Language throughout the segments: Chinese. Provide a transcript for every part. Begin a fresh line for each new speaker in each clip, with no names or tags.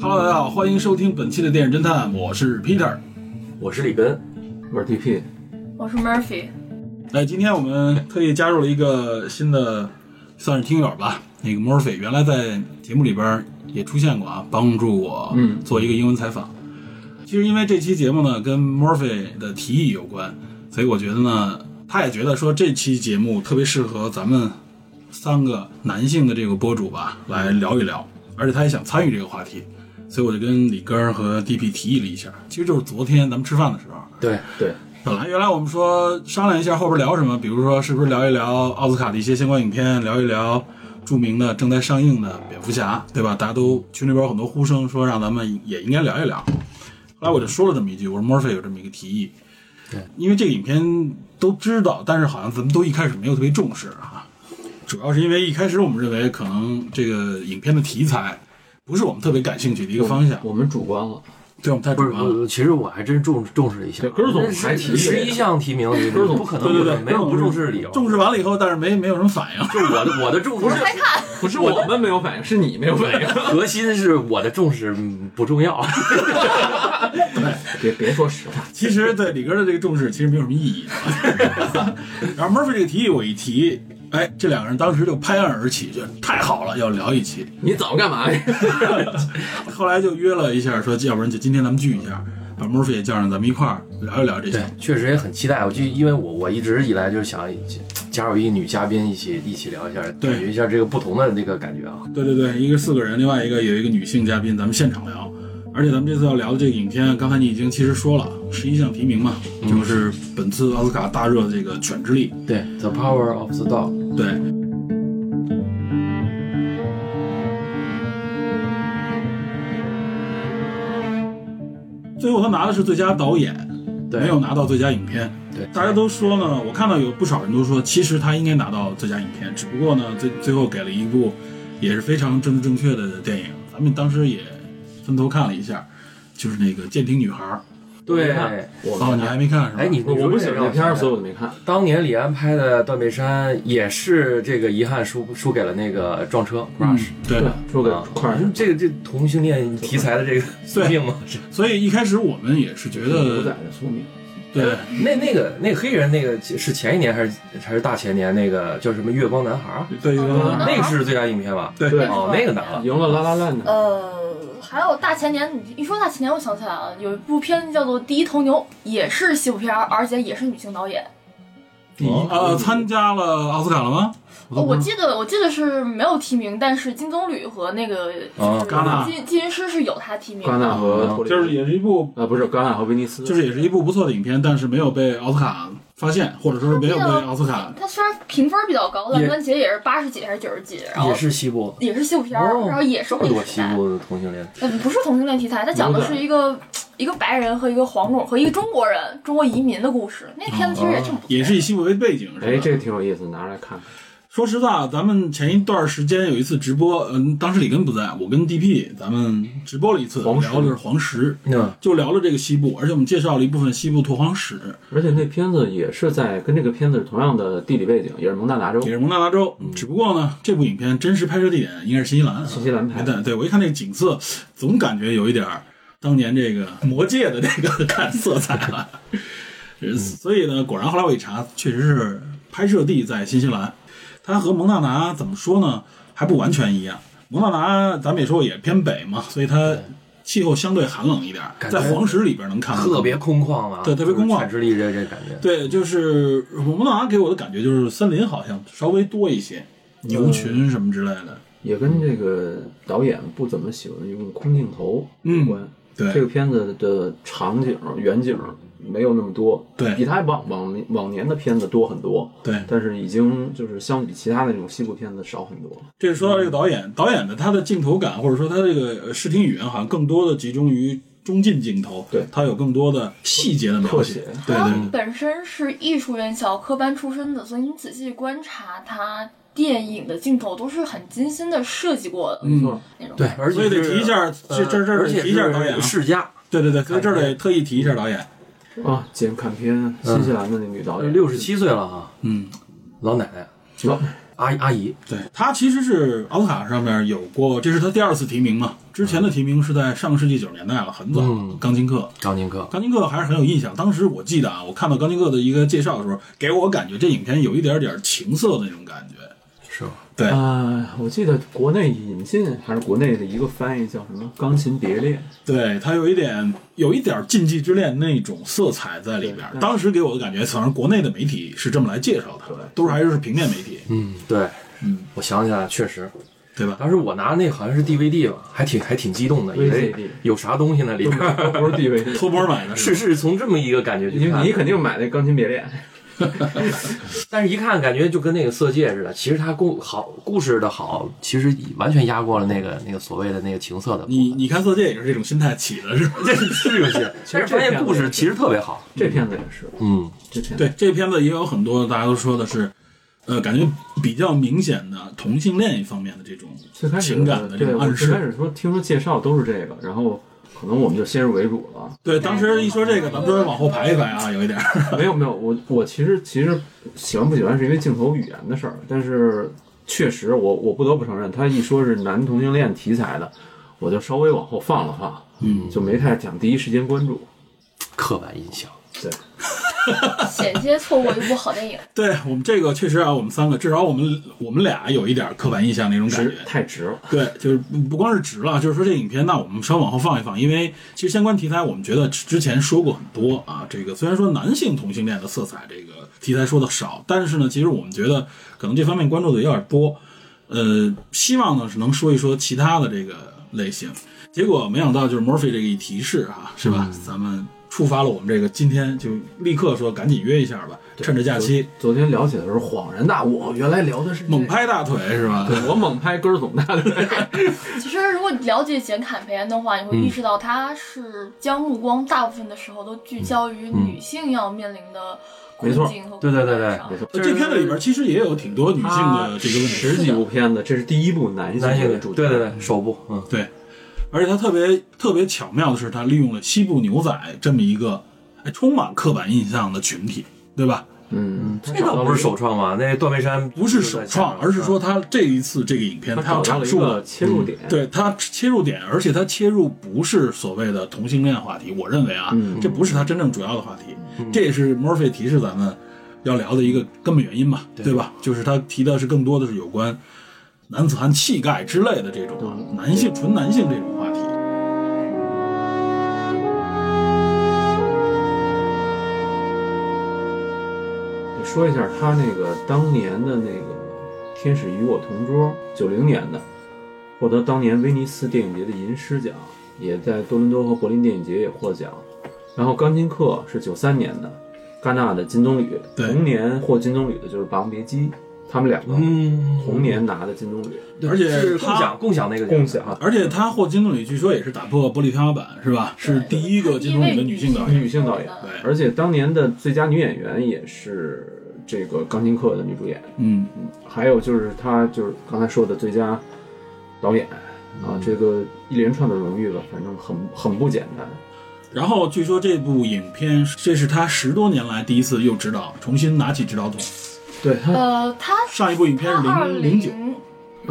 Hello，大家好，欢迎收听本期的电影侦探，我是 Peter。
我是里根，我是 DP，
我是 Murphy，
哎，今天我们特意加入了一个新的，算是听友吧。那个 Murphy 原来在节目里边也出现过啊，帮助我
嗯
做一个英文采访。其实因为这期节目呢跟 Murphy 的提议有关，所以我觉得呢，他也觉得说这期节目特别适合咱们三个男性的这个播主吧来聊一聊，而且他也想参与这个话题，所以我就跟李根儿和 DP 提议了一下，其实就是昨天咱们吃饭的时候。
对对，
本来原来我们说商量一下后边聊什么，比如说是不是聊一聊奥斯卡的一些相关影片，聊一聊著名的正在上映的蝙蝠侠，对吧？大家都群里边有很多呼声说让咱们也应该聊一聊。后来我就说了这么一句，我说 Murphy 有这么一个提议，对，因为这个影片都知道，但是好像咱们都一开始没有特别重视啊。主要是因为一开始我们认为可能这个影片的题材不是我们特别感兴趣的一个方向，
我们主观了。
对我们太主
不是，
观了。
我其实我还真重重视了一下
对，根儿总
还提这个
十一项提名里，
根儿总
不可能
对对对，
没有不重视的理由。
重视完了以后，但是没没有什么反应。
就我的我的重视，
不是我们没有反应，是你没有 反应。
核心是我的重视嗯不重要。
别别说实话，
其实对李哥的这个重视其实没有什么意义。 然后 Murphy 这个提议我一提，哎，这两个人当时就拍案而起，就太好了，要聊一期。
你早干嘛呀？
后来就约了一下，说要不然就今天咱们聚一下，把 Murphy 也叫上，咱们一块儿聊一聊这
对
些。，
确实也很期待。我就因为我我一直以来就是想加入一女嘉宾一起一起聊一下，
对
感觉一下这个不同的那个感觉啊。
对对对，一个四个人，另外一个有一个女性嘉宾，咱们现场聊。而且咱们这次要聊的这个影片，刚才你已经其实说了，十一项提名嘛，就是本次奥斯卡大热的这个《犬之力》。
对，The Power of the Dog，
对。最后他拿的是最佳导演，
对
没有拿到最佳影片。
对
大家都说呢，我看到有不少人都说，其实他应该拿到最佳影片，只不过呢，最最后给了一部也是非常政治正确的电影。咱们当时也分头看了一下，就是那个《舰艇女孩》。
对，
我
哦，你还没看是吧？
哎，你
我我不喜
想
欢这片儿，所以我就没看。
当年李安拍的《断背山》也是这个遗憾输输给了那个撞车
嗯
Crash，、
嗯对，
说给
啊
块儿，
这个这同性恋题材的这个宿命吗？是
所以一开始我们也是觉
主
得
宰，的宿命。
对，
那那个那个黑人那个是前一年还是还是大前年那个叫什么月光男孩儿？
对，
嗯
那个是最佳影片吧？
对
对
哦，那个拿了。
赢了拉拉烂
哦
的，
呃，还有大前年，你一说大前年，我想起来了，有一部片叫做《第一头牛》，也是西部片儿，而且也是女性导演。
第一嗯
呃，参加了奥斯卡了吗？
哦我记得我记得是没有提名，但是金棕榈和那个
啊
戛纳
就是金金狮是有他提名
戛纳
的。
和托雷
就是也是一部，
啊，不是戛纳和威尼斯，
就是也是一部不错的影片，但是没有被奥斯卡发现，或者说是没有被奥斯卡。
他虽然评分比较高，但
也
番茄也是八十几还是九十几，然后
也是西部，
也是西部片儿，
哦
然后也是
这么
历
多
史
西
带。
部的同性恋，
嗯，不是同性恋题材，它讲的是一个一个白人和一个黄种和一个中国人、中国移民的故事。那片子其实也挺不错的，
哦也是以西部为背景，是吧
哎，这个挺有意思，拿出来看看。
说实话，咱们前一段时间有一次直播，嗯，当时李根不在，我跟 DP 咱们直播了一次，
黄石
聊的是黄石，
嗯，
就聊了这个西部，而且我们介绍了一部分西部拓荒史，
而且那片子也是在跟这个片子是同样的地理背景，也是蒙大拿州
也是蒙大拿州。只不过呢，这部影片真实拍摄地点应该是新西兰啊，
嗯新西兰拍的。
对对，我一看那个景色，总感觉有一点儿当年这个魔界的这个 看色彩了。
嗯
呃所以呢，果然后来我一查，确实是拍摄地在新西兰。它和蒙大拿怎么说呢？还不完全一样。蒙大拿咱们也说也偏北嘛，所以它气候相对寒冷一点儿，
感觉
在黄石里边能看到
特别空旷啊，
对特别空旷
就是犬之力这这感觉，
对，就是蒙大拿给我的感觉就是森林好像稍微多一些，
嗯
牛群什么之类的。
也跟这个导演不怎么喜欢用空镜头
嗯
有关。
对
嗯这个片子的场景、远景没有那么多，
对
比他往往往年的片子多很多，
对，
但是已经就是相比其他的那种西部片子少很多。
这说到这个导演，导演的他的镜头感或者说他这个呃视听语言好像更多的集中于中近镜头，
对
它有更多的细节的描写
特写。
对
他
对
本身是艺术院校科班出身的，所以你仔细观察他电影的镜头都是很精心的设计过的
嗯
嗯没
嗯
错，
那种。
对，，而且
所以得
是
提一下这这这
呃而且
得提一下
是
导演啊
世家，
对对对，所以这儿得特意提一下导演。
啊，剪看片，新西兰的那女导演
嗯六十七岁了哈，
嗯，
老奶奶，
老
阿阿姨，
对，他其实是奥斯卡上面有过，这是他第二次提名嘛，之前的提名是在上世纪九十年代了，很早，
嗯
钢琴课。
张金科，
钢琴课还是很有印象。当时我记得啊，我看到钢琴课的一个介绍的时候，给我感觉这影片有一点点情色的那种感觉。
是吧？
对，
啊，我记得国内引进还是国内的一个翻译叫什么《钢琴别恋》，
对，它有一点有一点禁忌之恋那种色彩在里边儿。
对
当时给我的感觉，反正国内的媒体是这么来介绍它
对
的，都是还是平面媒体，
嗯，对，
嗯，
我想起来了，确实，
对吧？
当时我拿那好像是 DVD 吧，还挺还挺激动的，以为
VCD
有啥东西呢里 边儿，
不是地位。
偷摸买的
是
是
是从这么一个感觉
你
去看
你，肯定买那《钢琴别恋》，
但是一看感觉就跟那个色戒似的。其实它故好故事的好，其实完全压过了那个那个所谓的那个情色的部分。
你你看《色戒》也是这种心态起的，是吧？
这是游戏， 但是发现故事其实特别好。
这片子也是，
嗯，
这片子
对，这片子也有很多大家都说的是，呃，感觉比较明显的同性恋一方面的这种
最开始
情感的这
对
种
我
暗
最开
示。
始说听说介绍都是这个，然后可能我们就先入为主了。
对，当时一说这个，咱们都得往后排一排啊，有一点儿。
没有没有，我我其实其实喜欢不喜欢是因为镜头语言的事儿，但是确实我我不得不承认，他一说是男同性恋题材的，我就稍微往后放了放，嗯，就没太想第一时间关注。
刻板印象。
对，
险些错过一部好电影。
对我们这个确实啊，我们三个至少我们我们俩有一点儿刻板印象那种感
直
觉。
太直了。
对，就是不不光是直了，就是说这影片，那我们稍微往后放一放，因为其实相关题材我们觉得之前说过很多啊。这个虽然说男性同性恋的色彩这个题材说的少，但是呢，其实我们觉得可能这方面关注的有点多。呃，希望呢是能说一说其他的这个类型。结果没想到就是 Murphy 这个一提示啊，是吧？咱们触发了我们这个今天就立刻说赶紧约一下吧，趁着假期
昨天聊起的时候恍然大悟，啊原来聊的是这个
猛，拍大腿是吧？
对我猛拍根儿总大腿。
其实，如果你了解简·坎培恩的话，你会意识到他是将目光大部分的时候都聚焦
嗯
于女性要面临的困境和
没错对对对对
困难上
没错
这片子里边其实也有挺多女性
啊
的这个问题。
十几部片子，这是第一部男性
男性
的
的
主角，
对对对，首部，嗯，
对，而且他特别特别巧妙的是，他利用了西部牛仔这么一个哎充满刻板印象的群体，对吧？
嗯，他
这
找
倒
到
不
了
是首创吧？那段梅山
不是首创，而是说他这一次这个影片，
他
他要
嗯找
阐
到了一
述
个
了。
切入点，
对他切入点，而且他切入不是所谓的同性恋话题，我认为啊，
嗯
这不是他真正主要的话题，
嗯
这也是 Murphy 提示咱们要聊的一个根本原因吧，对吧？就是他提的是更多的是有关男子汉气概之类的这种啊男性纯男性这种话题。
说一下他那个当年的那个《天使与我同桌》，九零年的，获得当年威尼斯电影节的银狮奖，也在多伦多和柏林电影节也获奖。然后《钢琴课》是九三年的，戛纳的金棕榈，
对
同年获金棕榈的就是《霸王别姬》，他们两个
嗯，
同年拿的金棕榈。
而且
是
他
共享嗯共享那个
共享
而且她获金棕榈，据说也是打破玻璃天花板，是吧？是第一个金棕榈的女性导演。
女性导演
对
而且当年的最佳女演员也是这个《钢琴课》的女主演。
嗯，
还有就是他就是刚才说的最佳导演啊，这个一连串的荣誉吧，反正很很不简单。
然后据说这部影片，这是她十多年来第一次又执导，重新拿起执导筒。
对他，
呃，他
上一部影片是
他二
零零九，
零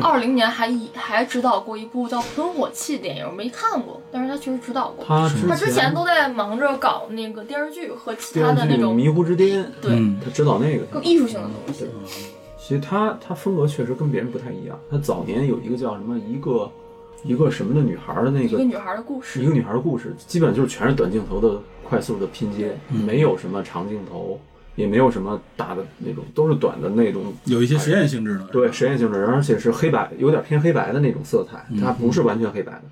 二零年还以还指导过一部叫《喷火器》电影，我没看过，但是他确实指导过。
他之
他之前都在忙着搞那个电视剧和其他
电
的
视剧
那
《
种
迷糊之巅》，
对
嗯，
他指导那个。
更艺术性的东西。
其实他他风格确实跟别人不太一样。他早年有一个叫什么一个一个什么的女孩儿的那
一个
个
女孩的故
一
事，
个女孩儿的故事，基本就是全是短镜头的快速的拼接，没有什么长镜头，也没有什么大的那种，都是短的那种
有一些实验性质的。
对，
嗯
实验性质，而且是黑白，有点偏黑白的那种色彩，它不是完全黑白的。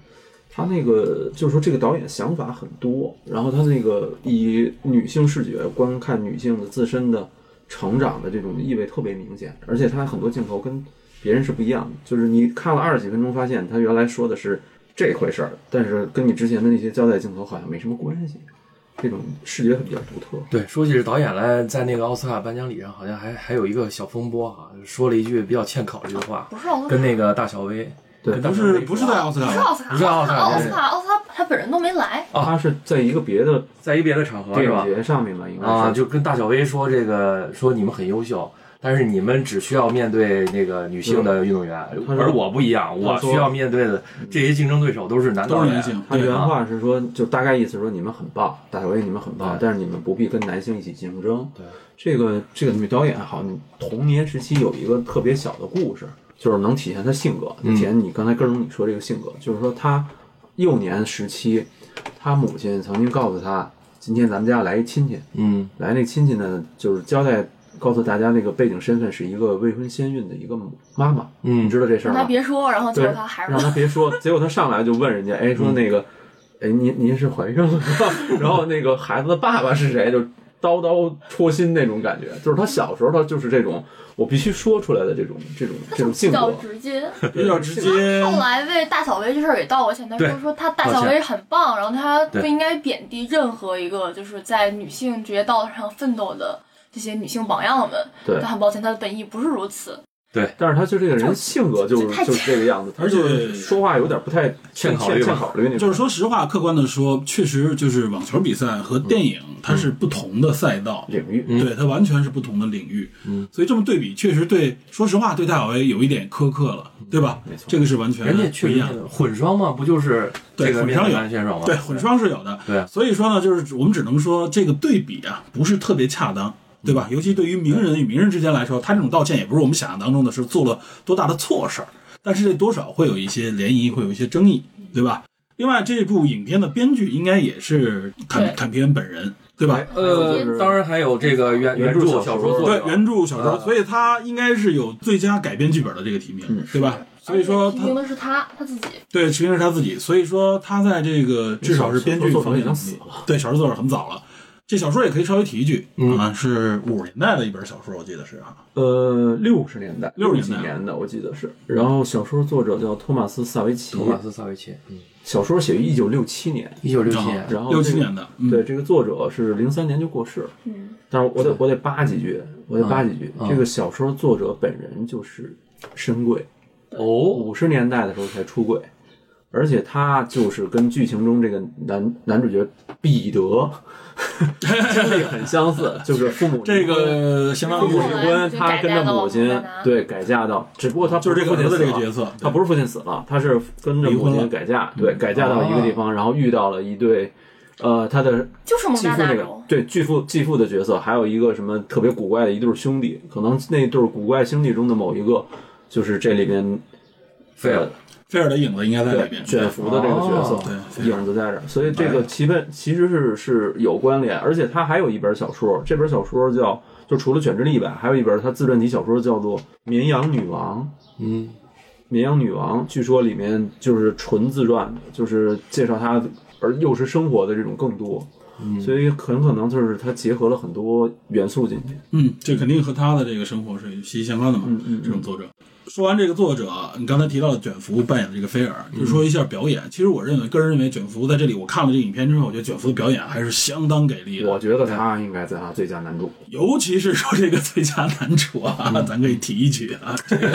他那个就是说，这个导演想法很多，然后他那个以女性视觉观看女性的自身的成长的这种意味特别明显，而且他很多镜头跟别人是不一样的，就是你看了二十几分钟，发现他原来说的是这回事儿，但是跟你之前的那些胶带镜头好像没什么关系。这种视觉比较独特，
对，说起这导演来，在那个奥斯卡颁奖礼上，好像还还有一个小风波哈、说了一句比较欠考虑的话，
不是奥斯卡
跟那个大小薇，
对
跟大
不
小薇
是
说
不是在奥斯卡
不是奥斯卡，
不是奥斯卡
奥
对
斯卡，奥斯卡他本人都没来，
啊
它是在一个别的
在一别的场合
电
是吧
影？节上面吧，应该
啊，
是
就跟大小薇说这个，说你们很优秀，但是你们只需要面对那个女性的运动员，
他说
而我不一样，
他
我
说
需要面对的这些竞争对手都是男
都
导
是
演
男性，
他
对
原话是说，就大概意思说你们很棒，大小薇你们很棒
啊对，
但是你们不必跟男性一起竞争。
对，
这个这个女导演好像童年时期有一个特别小的故事，就是能体现她性格，
嗯
体现你刚才跟你说这个性格，就是说她幼年时期，她母亲曾经告诉她，今天咱们家来一亲戚，
嗯
来那亲戚呢，就是交代告诉大家那个背景身份是一个未婚先孕的一个母妈妈，你
嗯，
知道这事儿
让
吗？
他别说，然后结
对，
果他还是
让他别说。结果他上来就问人家，哎，
嗯
说那个，哎，您您是怀孕了吗？ 然后那个孩子的爸爸是谁？就刀刀戳心那种感觉，就是他小时候他就是这种，我必须说出来的这种这种这种
比
性
较
格。
直接。
比较直接。
后来为大小薇这事儿也道过歉，他
对
说说他大小薇很棒，然后他
对
不应该贬低任何一个就是在女性职业道路上奋斗的这些女性榜样们。
对
但很抱歉，他的本意不是如此。
但是他就这个人性格就是
这太
就是这个样子，
而且
他就是说话有点不太
欠考虑吧
欠考虑那种。
就是说实话，客观的说，确实就是网球比赛和电影
嗯
它是不同的赛道，
领域，
对它完全是不同的领域。嗯，所以这么对比，确实对，说实话，对大小薇有一点苛刻了，对吧？
没错
这个是完全
人家确
不一
实
样的。
混双嘛，不就是
对
这个
混
面
双
对
有
男选手吗？
对，混双是有的。
对
所以说呢，就是我们只能说这个对比啊，不是特别恰当，对吧？尤其对于名人与名人之间来说，他这种道歉也不是我们想象当中的是做了多大的错事儿，但是这多少会有一些涟漪，会有一些争议，对吧？另外，这部影片的编剧应该也是坎
对
坎皮恩本人，对吧？
呃，当然还有这个原
原
原
著
著
小
小
说
说作
对
者，
原著小
啊
说，
嗯
所以他应该是有最佳改编剧本的这个提名，
嗯
对吧？所以说
提
他
名的是他他自己，
对，其实是他自己，所以说他在这个至少是编剧
小说作
方面
者已经死了
对，小说作者很早了。这小说也可以稍微提一句、
嗯
啊，是五十年代的一本小说，我记得是啊，
呃，六十年代，
60
几
年代
年的我记得是。然后小说作者叫托马斯·萨维奇
托，马斯·萨维奇，嗯，
小说写于一九六七年，
一九六七
然
年
后，
然后
六七
这个
年的，嗯、
对，这个作者是零三年就过世了，
嗯，
但是我得我得扒几句，我
啊
得扒几句。
嗯
这个小说作者本人就是深贵，
哦，
五十年代的时候才出柜，而且他就是跟剧情中这个男男主角 彼得经历很相似，就是父母
这个相当
父
于
母
后
离
来
婚，
就
他
改
跟
嫁
着
到
母
了
亲
湖南
对改嫁到，只不过他不
就是这个
父亲
儿子
死
这个
了
角色，
他不是父亲死了，他是跟着
离
母
婚
亲
了嗯
改嫁，对，改嫁到一个地方，然后遇到了一对，呃，他的
就是蒙
继
娜
父
娜
那个
啊
柔。
对继父继父的角色，还有一个什么特别古怪的一对兄弟，可能那对古怪兄弟中的某一个，就是这里边
费尔
呃
菲尔的影子应该在里
对
边，
卷福的这个角色
哦
对
影子在这儿，所以这个其本其实是是有关联，而且他还有一本小说，这本小说叫就除了《犬之力》以外，还有一本他自传体小说叫做《绵羊女王》。
嗯，
绵羊女王，据说里面就是纯自传的，就是介绍她而幼时生活的这种更多，所以很可能就是它结合了很多元素进去。
嗯，这肯定和他的这个生活是息息相关的嘛。
嗯嗯嗯
这种作者，说完这个作者，你刚才提到的卷福扮演的这个菲尔，
嗯
就说一下表演。其实我认为，个人认为卷福在这里，我看了这个影片之后，我觉得卷福的表演还是相当给力的。
我觉得他应该在他最佳男主，
尤其是说这个最佳男主啊，
嗯
咱可以提一句 啊。这个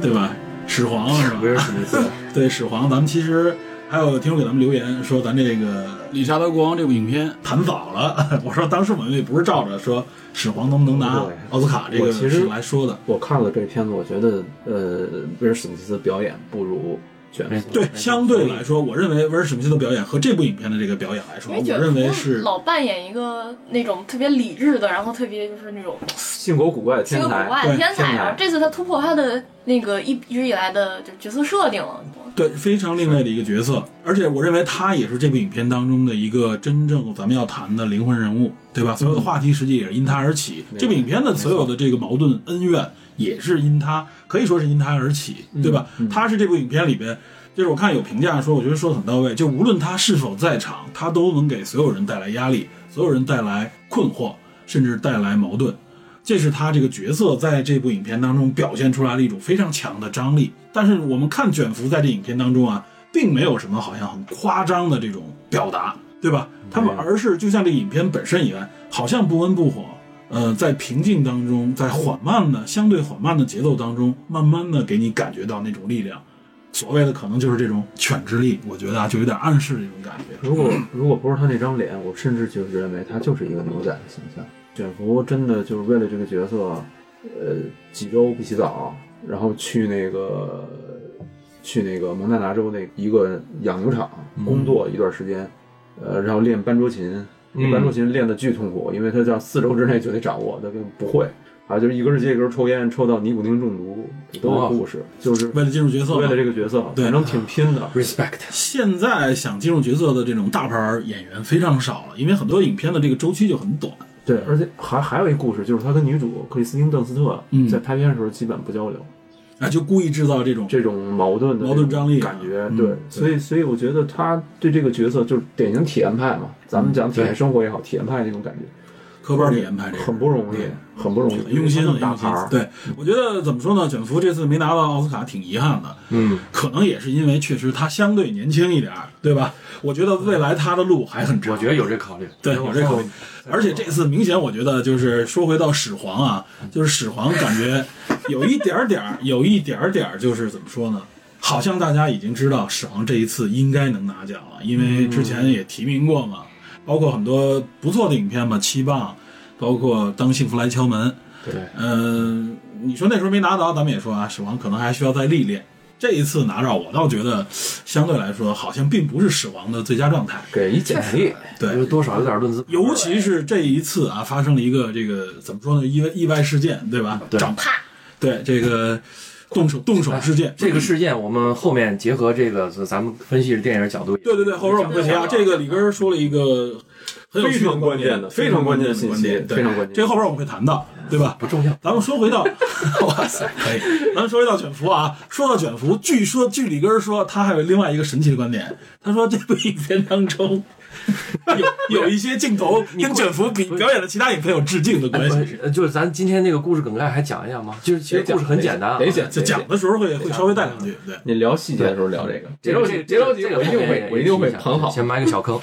对吧？始皇啊是吧？
威尔史密斯，
对始皇，咱们其实还有听众给咱们留言说，咱这个《理查德国王》这部影片谈早了。我说当时我们也不是照着说始皇能不能拿
对
奥斯卡这
我
个
其实
事来说的。
我看了这片子，我觉得呃，威尔史密斯表演不如卷
没
福。
错
对，相对来说，我认为威尔史密斯的表演和这部影片的这个表演来说，
因
我
为卷
认为
福
是
老扮演一个那种特别理智的，然后特别就是那种
性格古怪的
是
天
个古
才，
怪
对
天才
天才
啊！这次他突破他的那个一一直以来的就角色设定了，
嗯
对非常另类的一个角色，而且我认为他也是这部影片当中的一个真正咱们要谈的灵魂人物，对吧？所有的话题实际也是因他而起，这部影片的所有的这个矛盾恩怨也是因他，可以说是因他而起，对吧？他是这部影片里边。就是我看有评价说，我觉得说的很到位。就无论他是否在场，他都能给所有人带来压力，所有人带来困惑，甚至带来矛盾。这是他这个角色在这部影片当中表现出来的一种非常强的张力。但是我们看卷福在这影片当中啊，并没有什么好像很夸张的这种表达，对吧？他们而是就像这影片本身一样，好像不温不火，呃，在平静当中，在缓慢的、相对缓慢的节奏当中，慢慢的给你感觉到那种力量。所谓的可能就是这种犬之力，我觉得啊，就有点暗示这种感觉。嗯
如果如果不是他那张脸，我甚至就是认为他就是一个牛仔的形象。卷福真的就是为了这个角色，呃，几周不洗澡，然后去那个去那个蒙大拿州那一个养牛场工作一段时间，呃，然后练班卓琴，
嗯
班卓琴练的巨痛苦，因为他在四周之内就得掌握，他根本不会。啊，就是一根儿接一根儿抽烟，抽到尼古丁中毒，都
哇
是故事，就是
为了进入角色嘛，
为了这个角色，
对
反正挺拼的。
respect，
现在想进入角色的这种大牌儿演员非常少了，因为很多影片的这个周期就很短。
对，而且还还有一故事，就是他跟女主克里斯汀·邓斯特
嗯
在拍片的时候基本不交流，
啊，就故意制造这种
这种矛盾的
矛盾张力
感觉，
嗯
对
对，
所以所以我觉得他对这个角色就是典型体验派嘛，咱们讲体验生活也好，体验派那种感觉，
科班体验派，这个
很不容易，很不容易，
用心
因为
了，用
他们大
心
牌
了
儿。，嗯
对，我觉得怎么说呢？卷福这次没拿到奥斯卡，挺遗憾的。
嗯，
可能也是因为确实他相对年轻一点儿，对吧？我觉得未来他的路还很长。
我觉得有这考虑，
对，有这口音。而且这次明显，我觉得就是说回到始皇啊，就是始皇感觉有一点儿点儿，有一点儿点儿，就是怎么说呢？好像大家已经知道始皇这一次应该能拿奖了，因为之前也提名过嘛，包括很多不错的影片嘛，《七磅》，包括《当幸福来敲门》。
对，
嗯，你说那时候没拿到，咱们也说啊，史王可能还需要再历练。这一次拿到，我倒觉得相对来说好像并不是史王的最佳状态。
给一奖励，
对
就是多少有点论资，
尤其是这一次啊，发生了一个这个怎么说呢，意外意外事件，对吧？
对
掌
啪，
对这个动手动手事件，
这个事件，我们后面结合这个咱们分析电影角度，
对对对，后边我们会提啊。这个里根儿说了一个很有趣的观点非
非
常
常
关
关
键的
键的信息
观点对
非常关键
这个后边我们会谈到，对吧？
不重要，
咱们说回到，哇塞，可以。咱们说回到卷福啊，说到卷福，据说据里根儿说，他还有另外一个神奇的观点，他说这部影片当中有有一些镜头跟卷福比表演的其他影片有致敬的关系。
呃就是咱今天那个故事梗概还讲一讲吗？就是其实故事很简单啊，
得讲
就讲。的时候会会稍微带两句，对。
你聊细节的时候聊这个，
这
别
个
着
这
急，别着
个
急，
这个
我一定
这
会，
个
我一定会
提下
盘好。
先埋个小坑。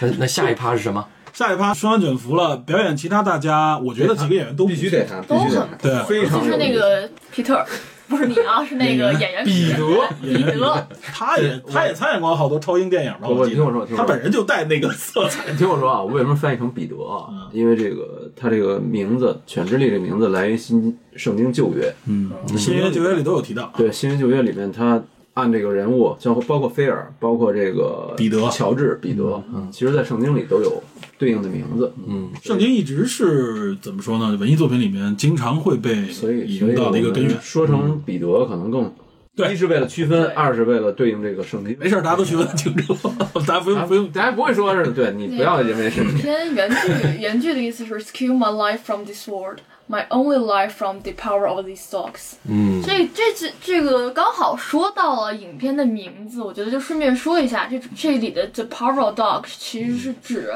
那那下一趴是什么？
下一趴说完卷福了，表演其他大家，我觉得几个演员都
必须得。谈，必
都
须得
很
对
谈，非常
就是那个皮特儿，不是你啊，是那个演员彼
得
彼得，
他也他也参演过好多超英电影吧？
我
我记
听
得
我说，听我说
他本人就带那个色彩。
你听我说啊，我为什么翻译成彼得
嗯
啊？因为这个他这个名字“犬之力”这名字来源于新圣经旧约，
嗯，新约旧约里都有提到。啊
对新约旧约里面他按这个人物，像包括菲尔，包括这个
彼得嗯
乔治、彼得，其实在圣经里都有对应的名字。
嗯，
圣经一直是怎么说呢？文艺作品里面经常会被
所以
引
所
用
以
到的一个根
我
源嗯
们。说成彼得可能更
对
一是为了区分
对，
二是为了对应这个圣经。
没事儿，大家都去问清楚， 大家不用不用。
大家不会说是对你不要认为是你。
篇原句原句的意思是 “Rescue my life from this world, my only life from the power of these dogs”。嗯，这这这这个刚好说到了影片的名字，我觉得就顺便说一下，这这里的 “the power of dogs” 其实是指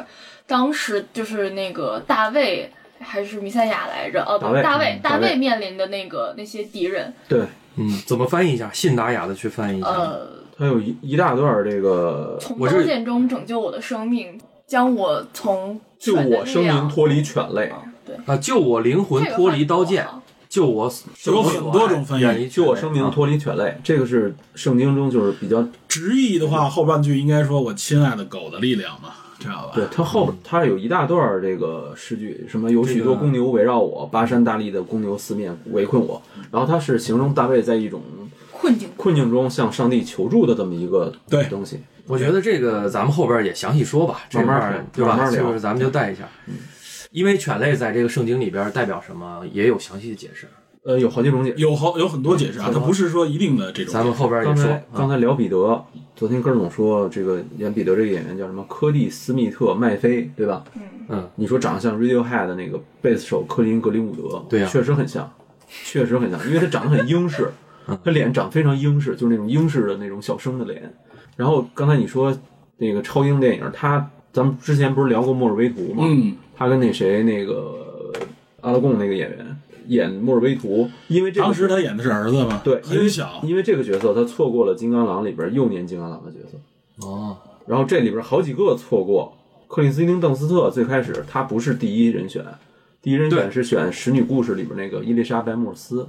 当时就是那个大卫。还是弥赛亚来着？哦，
大卫
大卫
嗯，
大
大卫
卫面临的那个那些敌人，
对，
嗯，怎么翻译一下？信达雅的去翻译一下。
呃，
他有一一大段这个
从
我
刀
是
剑中拯救我的生命，将我从
救我生灵脱离犬类，
对
啊！救我灵魂脱离刀剑，救我
就有很多种翻译
救我生命
脱
脱离犬类，这个是圣经中就是比较
直译的话，后半句应该说“我亲爱的狗的力量”嘛，知道吧？
对，它后它有一大段儿这个诗句，什么有许多公牛围绕我，巴山大力的公牛四面围困我。然后它是形容大卫在一种
困境。
困境中向上帝求助的这么一个
对
东西。
我觉得这个咱们后边也详细说吧，这
慢
块
慢
儿
说
对吧？
慢慢聊
就是咱们就带一下，因为犬类在这个圣经里边代表什么，也有详细的解释。
呃，有好几种解释。
有好有很多解释啊，它不是说一定的这种。
咱们后边也
刚
说
才，刚才聊彼得，昨天根儿总说这个演彼得这个演员叫什么科蒂斯密特麦菲，对吧？
嗯，
你说长得像 Radiohead 的那个贝斯手科林格林伍德，
对呀
确实很像，确实很像，因为他长得很英式，
嗯
他脸长得非常英式，就是那种英式的那种小生的脸。然后刚才你说那个超英电影，他咱们之前不是聊过《末日维图》吗？
嗯，
他跟那谁那个阿拉贡那个演员，演莫尔威图，因为这 个
当时他演的是儿子嘛，
对，因为
很小，
因为这个角色他错过了金刚狼里边幼年金刚狼的角色，
哦，
然后这里边好几个错过。克里斯汀·邓斯特最开始他不是第一人选，第一人选
对
是选《使女故事》里边那个伊丽莎白·莫尔斯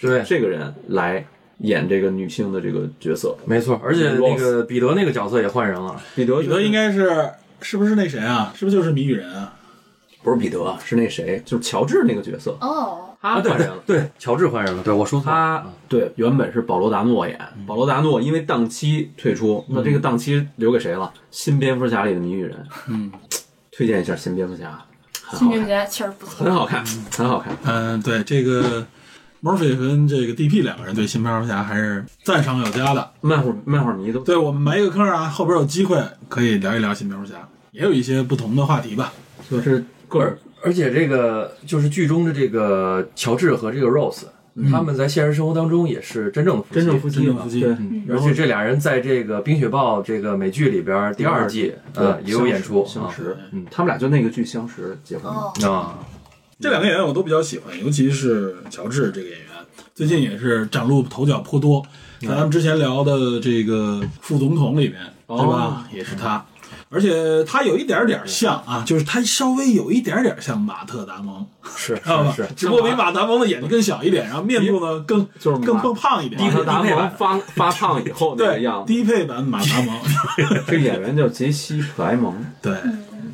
对，
这个人来演这个女性的这个角色。
没错，而且那个彼得那个角色也换人了，
彼得
彼得应该是是不是那谁啊？是不是就是谜语人啊？
不是彼得，是那谁，就是乔治那个角色，
哦，
啊
他
啊对
换人
对
了。
对，乔治换人了，对我说
他嗯对原本是保罗·达诺演，保罗·达诺因为档期退出，那这个档期留给谁了？新蝙蝠侠里的谜语人，
嗯，
推荐一下新蝙蝠侠，很
新
好看
蝙蝠，侠确实不
很
错。
好看，很好看。
嗯，对，这个 Murphy 跟这个 DP 两个人对新蝙蝠侠还是赞赏有加的。
漫画漫画迷都
对我们埋一个坑啊，后边有机会可以聊一聊新蝙蝠侠，也有一些不同的话题吧。
就是个人
而而且这个就是剧中的这个乔治和这个 Rose，、他们在现实生活当中也是真正的夫妻，
嗯真正夫妻嗯
真
嘛
正夫妻
对，
嗯
嗯
而且这俩人在这个《冰雪暴》这个美剧里边第二季，呃，
对
也有演出
相识，
嗯
他们俩就那个剧相识结婚了。
哦，
啊啊，
这两个演员我都比较喜欢，尤其是乔治这个演员，最近也是崭露头角颇多。
嗯
在咱们之前聊的这个副总统里面，对
哦
吧？也是他，而且他有一点点像啊，就是他稍微有一点点像马特·达蒙，
是
知道吧？
是是，
只不过比马特·达蒙的眼睛更小一点，然后面部呢更
就是
更
马
更胖一点。
马特·达
低配
蒙
版
发发胖以后那个
对
样，子，
低配版马达蒙，
这个演员叫杰西·普莱蒙，
对，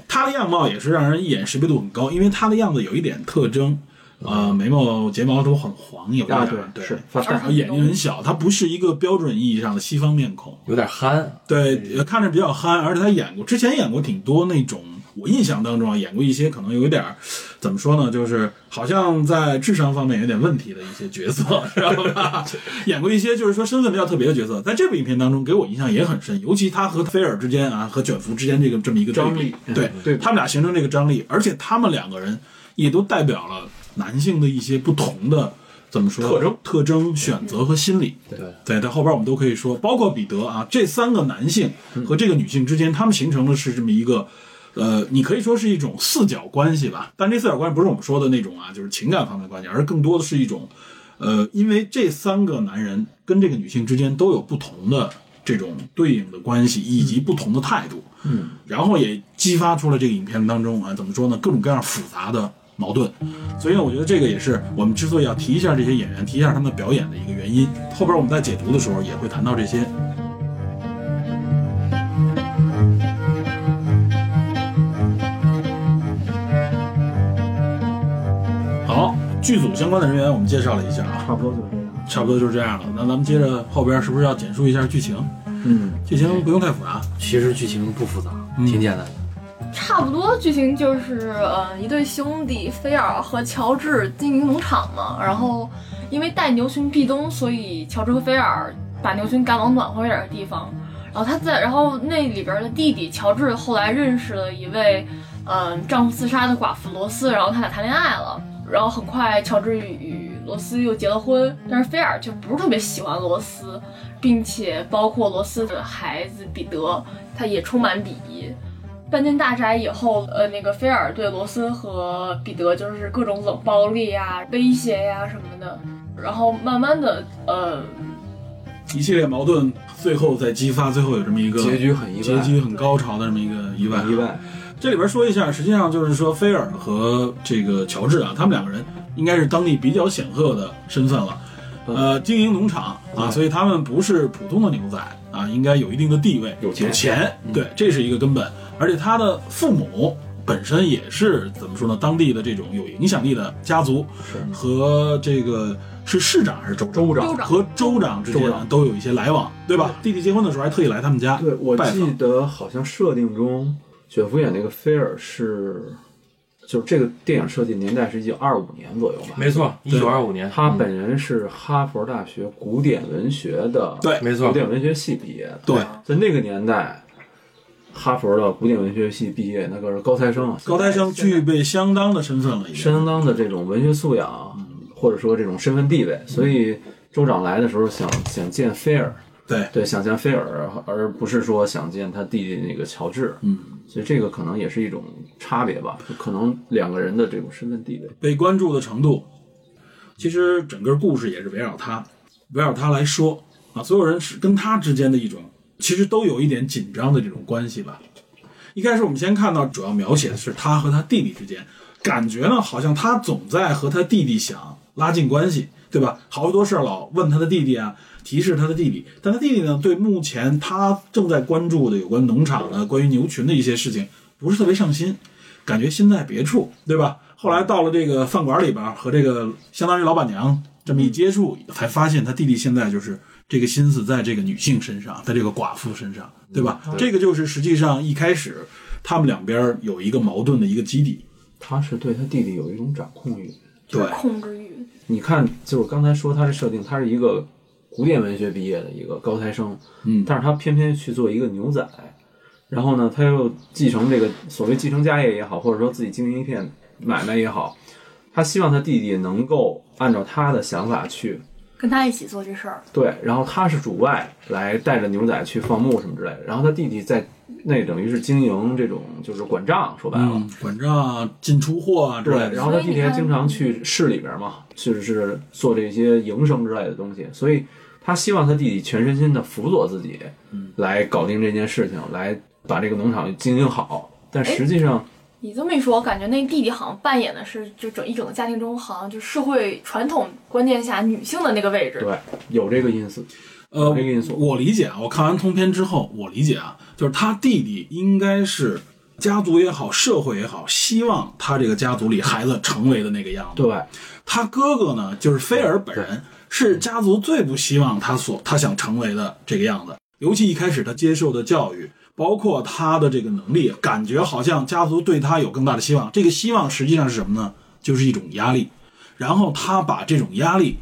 他的样貌也是让人一眼识别度很高，因为他的样子有一点特征，呃，眉毛、睫毛都很黄，有一点
啊，
儿对，
对，是发
然
胖
后，眼睛很小，他不是一个标准意义上的西方面孔，
有点憨，
对，看着比较憨，而且他演过，之前演过挺多那种，我印象当中啊，演过一些可能有点儿怎么说呢，就是好像在智商方面有点问题的一些角色， 知道吧？演过一些就是说身份比较特别的角色，在这部影片当中给我印象也很深，尤其他和菲尔之间啊，和卷福之间这个这么一个对
张
比
力，
对
嗯对
他们俩形成这个张力，而且他们两个人也都代表了男性的一些不同的。怎么说
特征、
特征、选择和心理，
对
对，在后边我们都可以说，包括彼得啊，这三个男性和这个女性之间，他们形成的是这么一个，呃，你可以说是一种四角关系吧。但这四角关系不是我们说的那种啊，就是情感方面的关系，而更多的是一种，呃，因为这三个男人跟这个女性之间都有不同的这种对应的关系，以及不同的态度。嗯，然后也激发出了这个影片当中啊，怎么说呢，各种各样复杂的矛盾。所以呢，我觉得这个也是我们之所以要提一下这些演员，提一下他们的表演的一个原因。后边我们在解读的时候也会谈到这些。好，剧组相关的人员我们介绍了一下啊，
差不多就是这样。
差不多就是这样了。那咱们接着后边是不是要简述一下剧情？
嗯，
剧情不用太复杂，
其实剧情不复杂，
嗯
挺简单的。
差不多剧情就是，呃，一对兄弟菲尔和乔治经营农场嘛，然后因为带牛群避冬，所以乔治和菲尔把牛群赶往暖和一点的地方。然后他在，然后那里边的弟弟乔治后来认识了一位，嗯、丈夫自杀的寡妇罗斯，然后他俩谈恋爱了。然后很快，乔治与罗斯又结了婚，但是菲尔就不是特别喜欢罗斯，并且包括罗斯的孩子彼得，他也充满鄙夷。搬进大宅以后，呃，那个菲尔对罗斯和彼得就是各种冷暴力呀、威胁呀什么的，然后慢慢的，呃，
一系列矛盾最后再激发，最后有这么一个
结局很意外，
结局很高潮的这么一个意外啊。
很意外，
这里边说一下，实际上就是说菲尔和这个乔治啊，他们两个人应该是当地比较显赫的身份了，
嗯
呃，经营农场啊，所以他们不是普通的牛仔啊，应该有一定的地位，
有钱嗯
对，这是一个根本。而且他的父母本身也是怎么说呢，当地的这种有影响力的家族，和这个是市长还是州长？州
长州长
和州长之间
州
啊
长
都有一些来往，对吧？弟弟结婚的时候还特意来他们家，
对，我
拜
记
访。
得好像设定中，雪芙演那个菲尔是，就是这个电影设计年代是一九二五年左右吧。
没错，一九二五年，
他本人是哈佛大学古典文学的，
对
没
古
错，
典文学系毕业的。
对，
在那个年代，哈佛的古典文学系毕业，那个是高材生啊，
高材生具备相当的身份了，已经。
相当的这种文学素养，或者说这种身份地位，所以州长来的时候想想见菲尔，
对，
对，想见菲尔，而不是说想见他弟弟那个乔治。
嗯，
所以这个可能也是一种差别吧，可能两个人的这种身份地位。
被关注的程度，其实整个故事也是围绕他，围绕他来说啊，所有人是跟他之间的一种，其实都有一点紧张的这种关系吧。一开始我们先看到主要描写的是他和他弟弟之间，感觉呢好像他总在和他弟弟想拉近关系，对吧？好多事儿老问他的弟弟啊，提示他的弟弟，但他弟弟呢对目前他正在关注的有关农场的、关于牛群的一些事情不是特别上心，感觉心在别处，对吧？后来到了这个饭馆里边儿，和这个相当于老板娘这么一接触，才发现他弟弟现在就是这个心思在这个女性身上，在这个寡妇身上，嗯对吧？这个就是实际上一开始他们两边儿有一个矛盾的一个基底。
他是对他弟弟有一种掌控欲。
对，
控制欲，
你看，就是刚才说他的设定，他是一个古典文学毕业的一个高材生，嗯，但是他偏偏去做一个牛仔，然后呢，他又继承这个所谓继承家业也好，或者说自己经营一片买卖也好，他希望他弟弟能够按照他的想法去，
跟他一起做这事儿，
对，然后他是主外来带着牛仔去放牧什么之类的，然后他弟弟在那等于是经营这种就是管账，说白了，
嗯，管账啊、进出货啊之类
对，
的。
然后他弟弟还经常去
嗯
市里边嘛，就是是做这些营生之类的东西，所以他希望他弟弟全身心的辅佐自己，
嗯
来搞定这件事情，来把这个农场经营好。但实际上，
哎
你这么一说，我感觉那弟弟好像扮演的是就整一整个家庭中，好像就社会传统观念下女性的那个位置。
对，有这个因素，
呃
这个因，素
我理解啊，我看完通篇之后，我理解啊，就是他弟弟应该是家族也好，社会也好，希望他这个家族里孩子成为的那个样子。
对，
他哥哥呢，就是菲尔本人，是家族最不希望他所他想成为的这个样子。尤其一开始他接受的教育，包括他的这个能力，感觉好像家族对他有更大的希望。这个希望实际上是什么呢？就是一种压力。然后他把这种压力，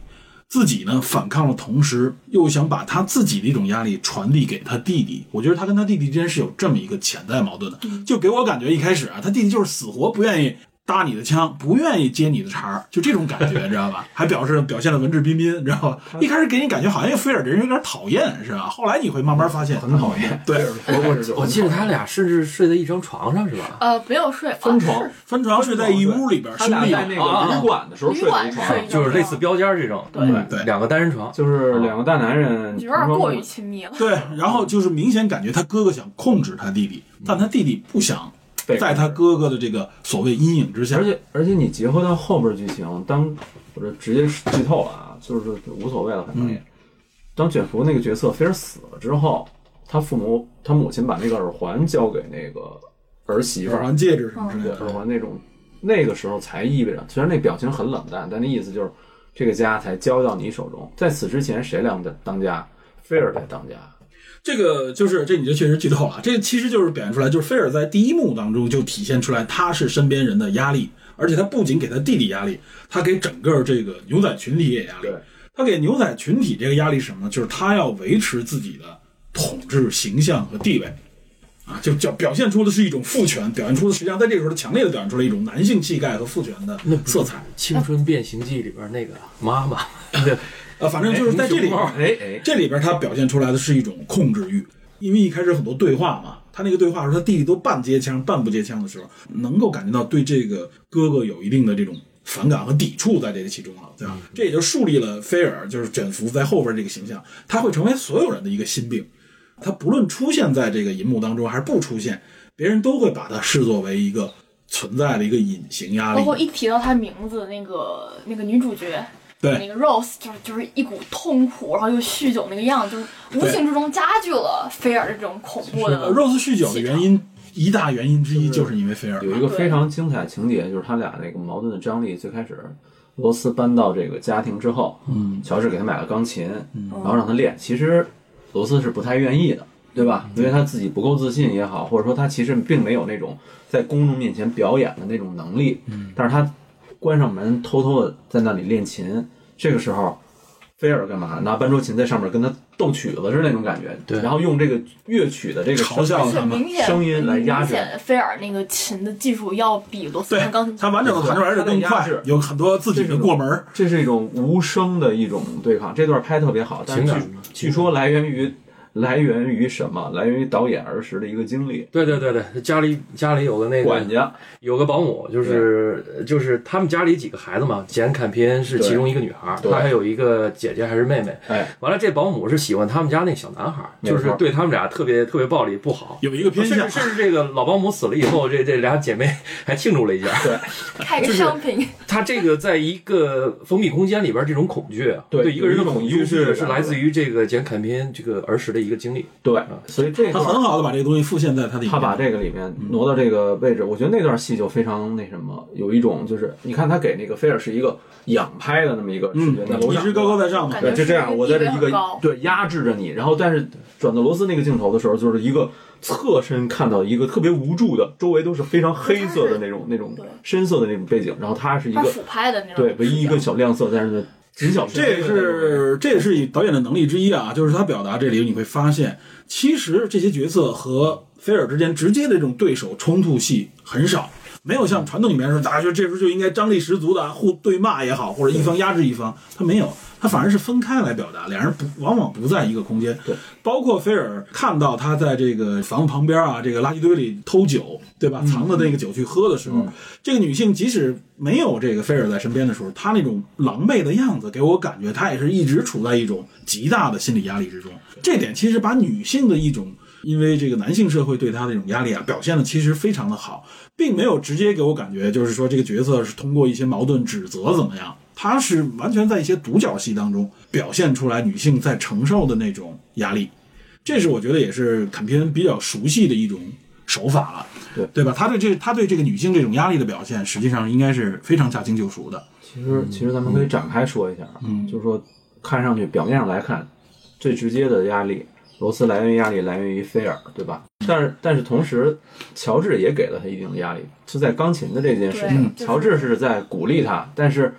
自己呢反抗的同时，又想把他自己的一种压力传递给他弟弟。我觉得他跟他弟弟之间是有这么一个潜在矛盾的，
嗯
就给我感觉一开始啊，他弟弟就是死活不愿意搭你的枪，不愿意接你的茬儿，就这种感觉，知道 吧？还表示表现的文质彬彬，知道吧？一开始给你感觉好像菲尔这人有点讨厌，是吧？后来你会慢慢发现，
嗯很讨厌。
对，
我
我记得他俩甚至睡在一张床上是吧？
呃，没有睡
分床
啊
分床睡在一屋里边，
他
兄
俩
弟啊
在那个旅馆的时候
旅
睡在
馆
一
睡
床
一
上，
啊就是类似
张
标间儿这种，
对对。
两个单人床。
就是两个大男人，
有点过于亲密了。
对，然后就是明显感觉他哥哥想控制他弟弟，但他弟弟不想
被
在他哥哥的这个所谓阴影之下
而，且而且你结合到后边剧情，当我这直接剧透了啊，就是无所谓了，反正
嗯
也。当卷福那个角色菲尔死了之后，他父母他母亲把那个耳环交给那个儿媳妇
耳
儿，
环、戒指什么之类
耳
的。
环那种，那个时候才意味着，虽然那表情很冷淡，但那意思就是这个家才交到你手中，在此之前谁俩在当家？菲尔在当家，
这个就是这你就确实剧透了，这其实就是表现出来，就是菲尔在第一幕当中就体现出来他是身边人的压力，而且他不仅给他弟弟压力，他给整个这个牛仔群体也压力
对。
他给牛仔群体这个压力是什么呢？就是他要维持自己的统治形象和地位。啊，就表表现出的是一种父权，表现出的实际上在这个时候，他强烈的表现出了一种男性气概和父权的色彩。
《青春变形记》里边那个妈 妈，
啊，反正就是在这里边，
哎哎，
这里边他表现出来的是一种控制欲，因为一开始很多对话嘛，他那个对话说他弟弟都半接枪半不接枪的时候，能够感觉到对这个哥哥有一定的这种反感和抵触在这个其中了，对
嗯
吧？这也就树立了菲尔就是卷福在后边这个形象，他会成为所有人的一个心病，他不论出现在这个银幕当中还是不出现，别人都会把他视作为一个存在的一个隐形压
包
力，
括一提到他名字，那个那个女主角，
对
那个 Rose 就是就是一股痛苦，然后又酗酒那个样，就是无形之中加剧了菲尔这种恐怖
呃
的。
Rose 酗酒的原因，一大原因之一就是因为菲尔
有一个非常精彩的情节，就是他俩那个矛盾的张力。最开始，罗斯搬到这个家庭之后，嗯，乔治给他买了钢琴，然后让他练。其实罗斯是不太愿意的，对吧？因为他自己不够自信也好，或者说他其实并没有那种在公众面前表演的那种能力。但是他关上门，偷偷的在那里练琴。这个时候，菲尔干嘛？拿班卓琴在上面跟他斗曲子是那种感觉，
对
然后用这个乐曲的这个
嘲笑
声
而
音
且
他们
明显
声音来压
明
制
显菲尔那个琴的技术要比罗斯
对
弹钢琴
他完整的弹出来是更
它的压
快
制，
有很多自己的过门儿。
这是一种无声的一种对抗，这段拍特别好，但是
情
据
感
据说来源于来源于什么？来源于导演儿时的一个经历。
对对对对，家里家里有个那
管
个
家，
有个保姆，就是就是他们家里几个孩子嘛，简坎皮恩是其中一个女孩，
对
她还有一个姐姐还是妹妹。
哎，
完了，这保姆是喜欢他们家那小男孩，
没错
就是对他们俩特别特别暴力，不好。
有一个偏
甚
向
至，甚至这个老保姆死了以后，这这俩姐妹 还庆祝了一下。
开个商品，
他这个在一个封闭空间里边，这种恐惧，啊
对
一个人的恐惧
有一种
是
幽闭
是
感
来自于这个简坎皮恩这个儿时的一个经历。
对，所以这
他
段 儿
很好的把这个东西复现在他的影
他
片
把这个里面挪到这个位置，我觉得那段戏就非常那什么，有一种就是你看他给那个菲尔是一个仰拍的那么一个
嗯
视觉，在楼
嗯一
上
直高高在上嘛
感，
对，
觉
就这样，我在这一
地位
个
很高
对压制着你，然后但是转到罗斯那个镜头的时候，就是一个侧身看到一个特别无助的，周围都是非常黑色的那种那种
对
深色的那种背景，然后他是一
他
个
俯拍的那种视
对
角，
唯一一个小亮色，但是仅小
这也是这也是以导演的能力之一啊，就是他表达这里你会发现，其实这些角色和菲尔之间直接的这种对手冲突戏很少，没有像传统里面说大家就这时候就应该张力十足的互对骂也好，或者一方压制一方，他没有。他反而是分开来表达，两人不往往不在一个空间。
对，
包括菲尔看到他在这个房子旁边啊，这个垃圾堆里偷酒，对吧？藏的那个酒去喝的时候，这个女性即使没有这个菲尔在身边的时候，她那种狼狈的样子，给我感觉她也是一直处在一种极大的心理压力之中。这点其实把女性的一种。因为这个男性社会对她的这种压力啊，表现的其实非常的好，并没有直接给我感觉就是说这个角色是通过一些矛盾指责怎么样，她是完全在一些独角戏当中表现出来女性在承受的那种压力。这是我觉得也是坎皮恩比较熟悉的一种手法了，
对
对吧？他对这他对这个女性这种压力的表现，实际上应该是非常驾轻就熟的。
其实，其实咱们可以展开说一下，嗯，就是说，看上去表面上来看，最直接的压力，罗斯来源于压力来源于菲尔，对吧？但是，但是同时，乔治也给了他一定的压力，是在钢琴的这件事情上，
对
乔治是在鼓励他，但是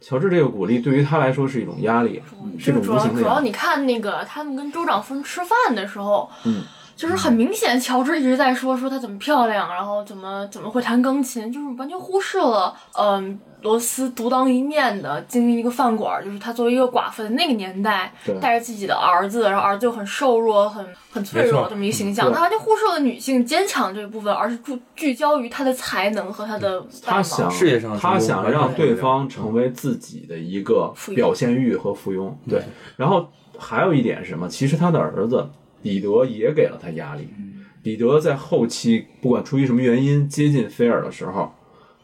乔治这个鼓励对于他来说是一种压力，是一种
嗯就主
无
要
形的
主要
压力。
你看那个他们跟州长夫人吃饭的时候，
嗯，
就是很明显，乔治一直在说说她怎么漂亮，然后怎么怎么会弹钢琴，就是完全忽视了，嗯，罗斯独当一面的经营一个饭馆，就是她作为一个寡妇的那个年代
对，
带着自己的儿子，然后儿子又很瘦弱、很很脆
没
弱
错
这么一个形象，
嗯对
她完全忽视了女性坚强这一部分，而是聚聚焦于她的才能和她的外
他
貌
想，
事业上的成功
他想让对方
嗯
成为自己的一个
附庸
表现欲和附庸。对，然后还有一点是什么？其实他的儿子彼得也给了他压力。
嗯
彼得在后期不管出于什么原因接近菲尔的时候，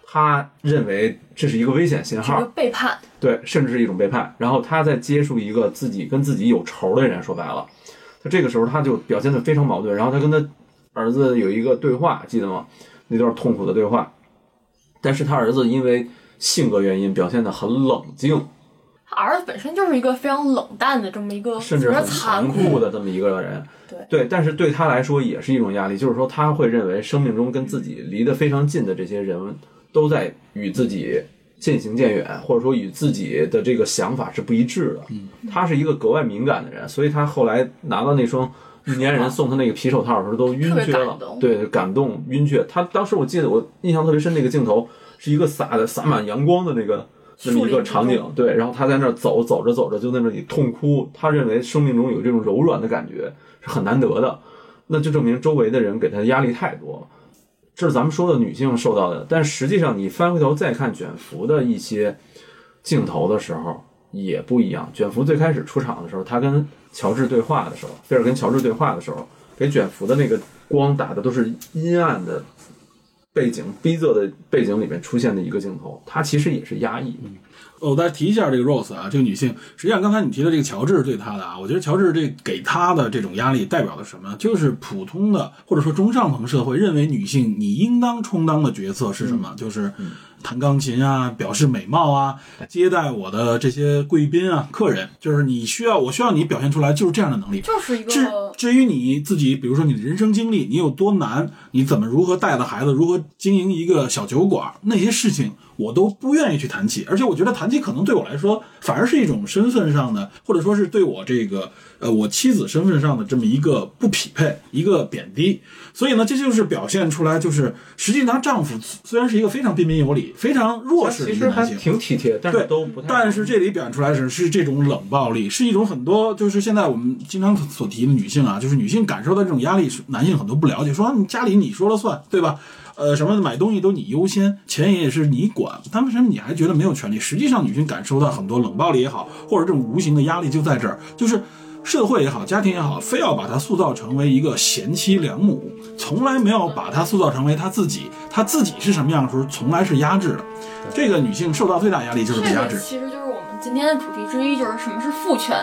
他认为这是一个危险信
是一
号
个，背叛，
对，甚至是一种背叛。然后他在接触一个自己跟自己有仇的人，说白了，他这个时候他就表现得非常矛盾。然后他跟他儿子有一个对话，记得吗？那段痛苦的对话。但是他儿子因为性格原因表现得很冷静，
她儿子本身就是一个非常冷淡的这么一个，
甚至
怎么
很
说残
残
酷
酷的这么一个人。
对
但是对他来说也是一种压力，就是说他会认为生命中跟自己
嗯
离得非常近的这些人都在与自己渐行渐远，或者说与自己的这个想法是不一致的。
嗯
他是一个格外敏感的人，所以他后来拿到那双。印第安人送他那个皮手套的时候都晕
特别
厥
感
了
动，
对，感动晕厥。他当时我记得我印象特别深，那个镜头是一个洒的洒满阳光的那个那么一个场景
树林之，
对，然后他在那儿走，走着走着就在那里痛哭。他认为生命中有这种柔软的感觉是很难得的，那就证明周围的人给他的压力太多了。这是咱们说的女性受到的，但实际上你翻回头再看卷福的一些镜头的时候也不一样。卷福最开始出场的时候，他跟乔治对话的时候，菲尔跟乔治对话的时候，给卷福的那个光打的都是阴暗的背景、逼仄的背景里面出现的一个镜头，它其实也是压抑的。
哦我再提一下这个 Rose 啊，这个女性，实际上刚才你提的这个乔治对她的啊，我觉得乔治这给她的这种压力代表了什么？就是普通的或者说中上层社会认为女性你应当充当的角色是什么？就是弹钢琴啊，表示美貌啊，接待我的这些贵宾啊、客人，就是你需要我需要你表现出来就是这样的能力。
就是一
至
个
至于你自己，比如说你的人生经历，你有多难，你怎么如何带着孩子，如何经营一个小酒馆，那些事情，我都不愿意去谈起，而且我觉得谈起可能对我来说反而是一种身份上的，或者说是对我这个呃我妻子身份上的这么一个不匹配，一个贬低。所以呢，这就是表现出来，就是实际上她丈夫虽然是一个非常彬彬有礼、非常弱
他
势的
其
一
实
个男
还
性，
挺体贴，但
对
是都不太。
但是这里表现出来是是这种冷暴力，是一种很多就是现在我们经常所提的女性啊，就是女性感受到这种压力，是男性很多不了解，说啊你家里你说了算，对吧？呃，什么买东西都你优先，钱也是你管，他们什么你还觉得没有权利？实际上，女性感受到很多冷暴力也好，或者这种无形的压力就在这儿，就是社会也好，家庭也好，非要把她塑造成为一个贤妻良母，从来没有把她塑造成为她自己，她自己是什么样的时候，从来是压制的。这个女性受到最大压力就是被
这
压
个
制。
其实就是我们今天的主题之一，就是什么是父权。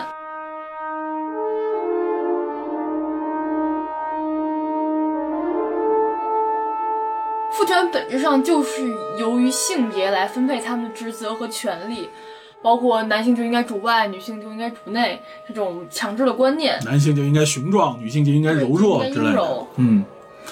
父权本质上就是由于性别来分配他们的职责和权利，包括男性就应该主外，女性就应该主内这种强制的观念，
男性就应该雄壮，女性就应该柔弱
对
之
就应该
类的。
阴柔。
嗯，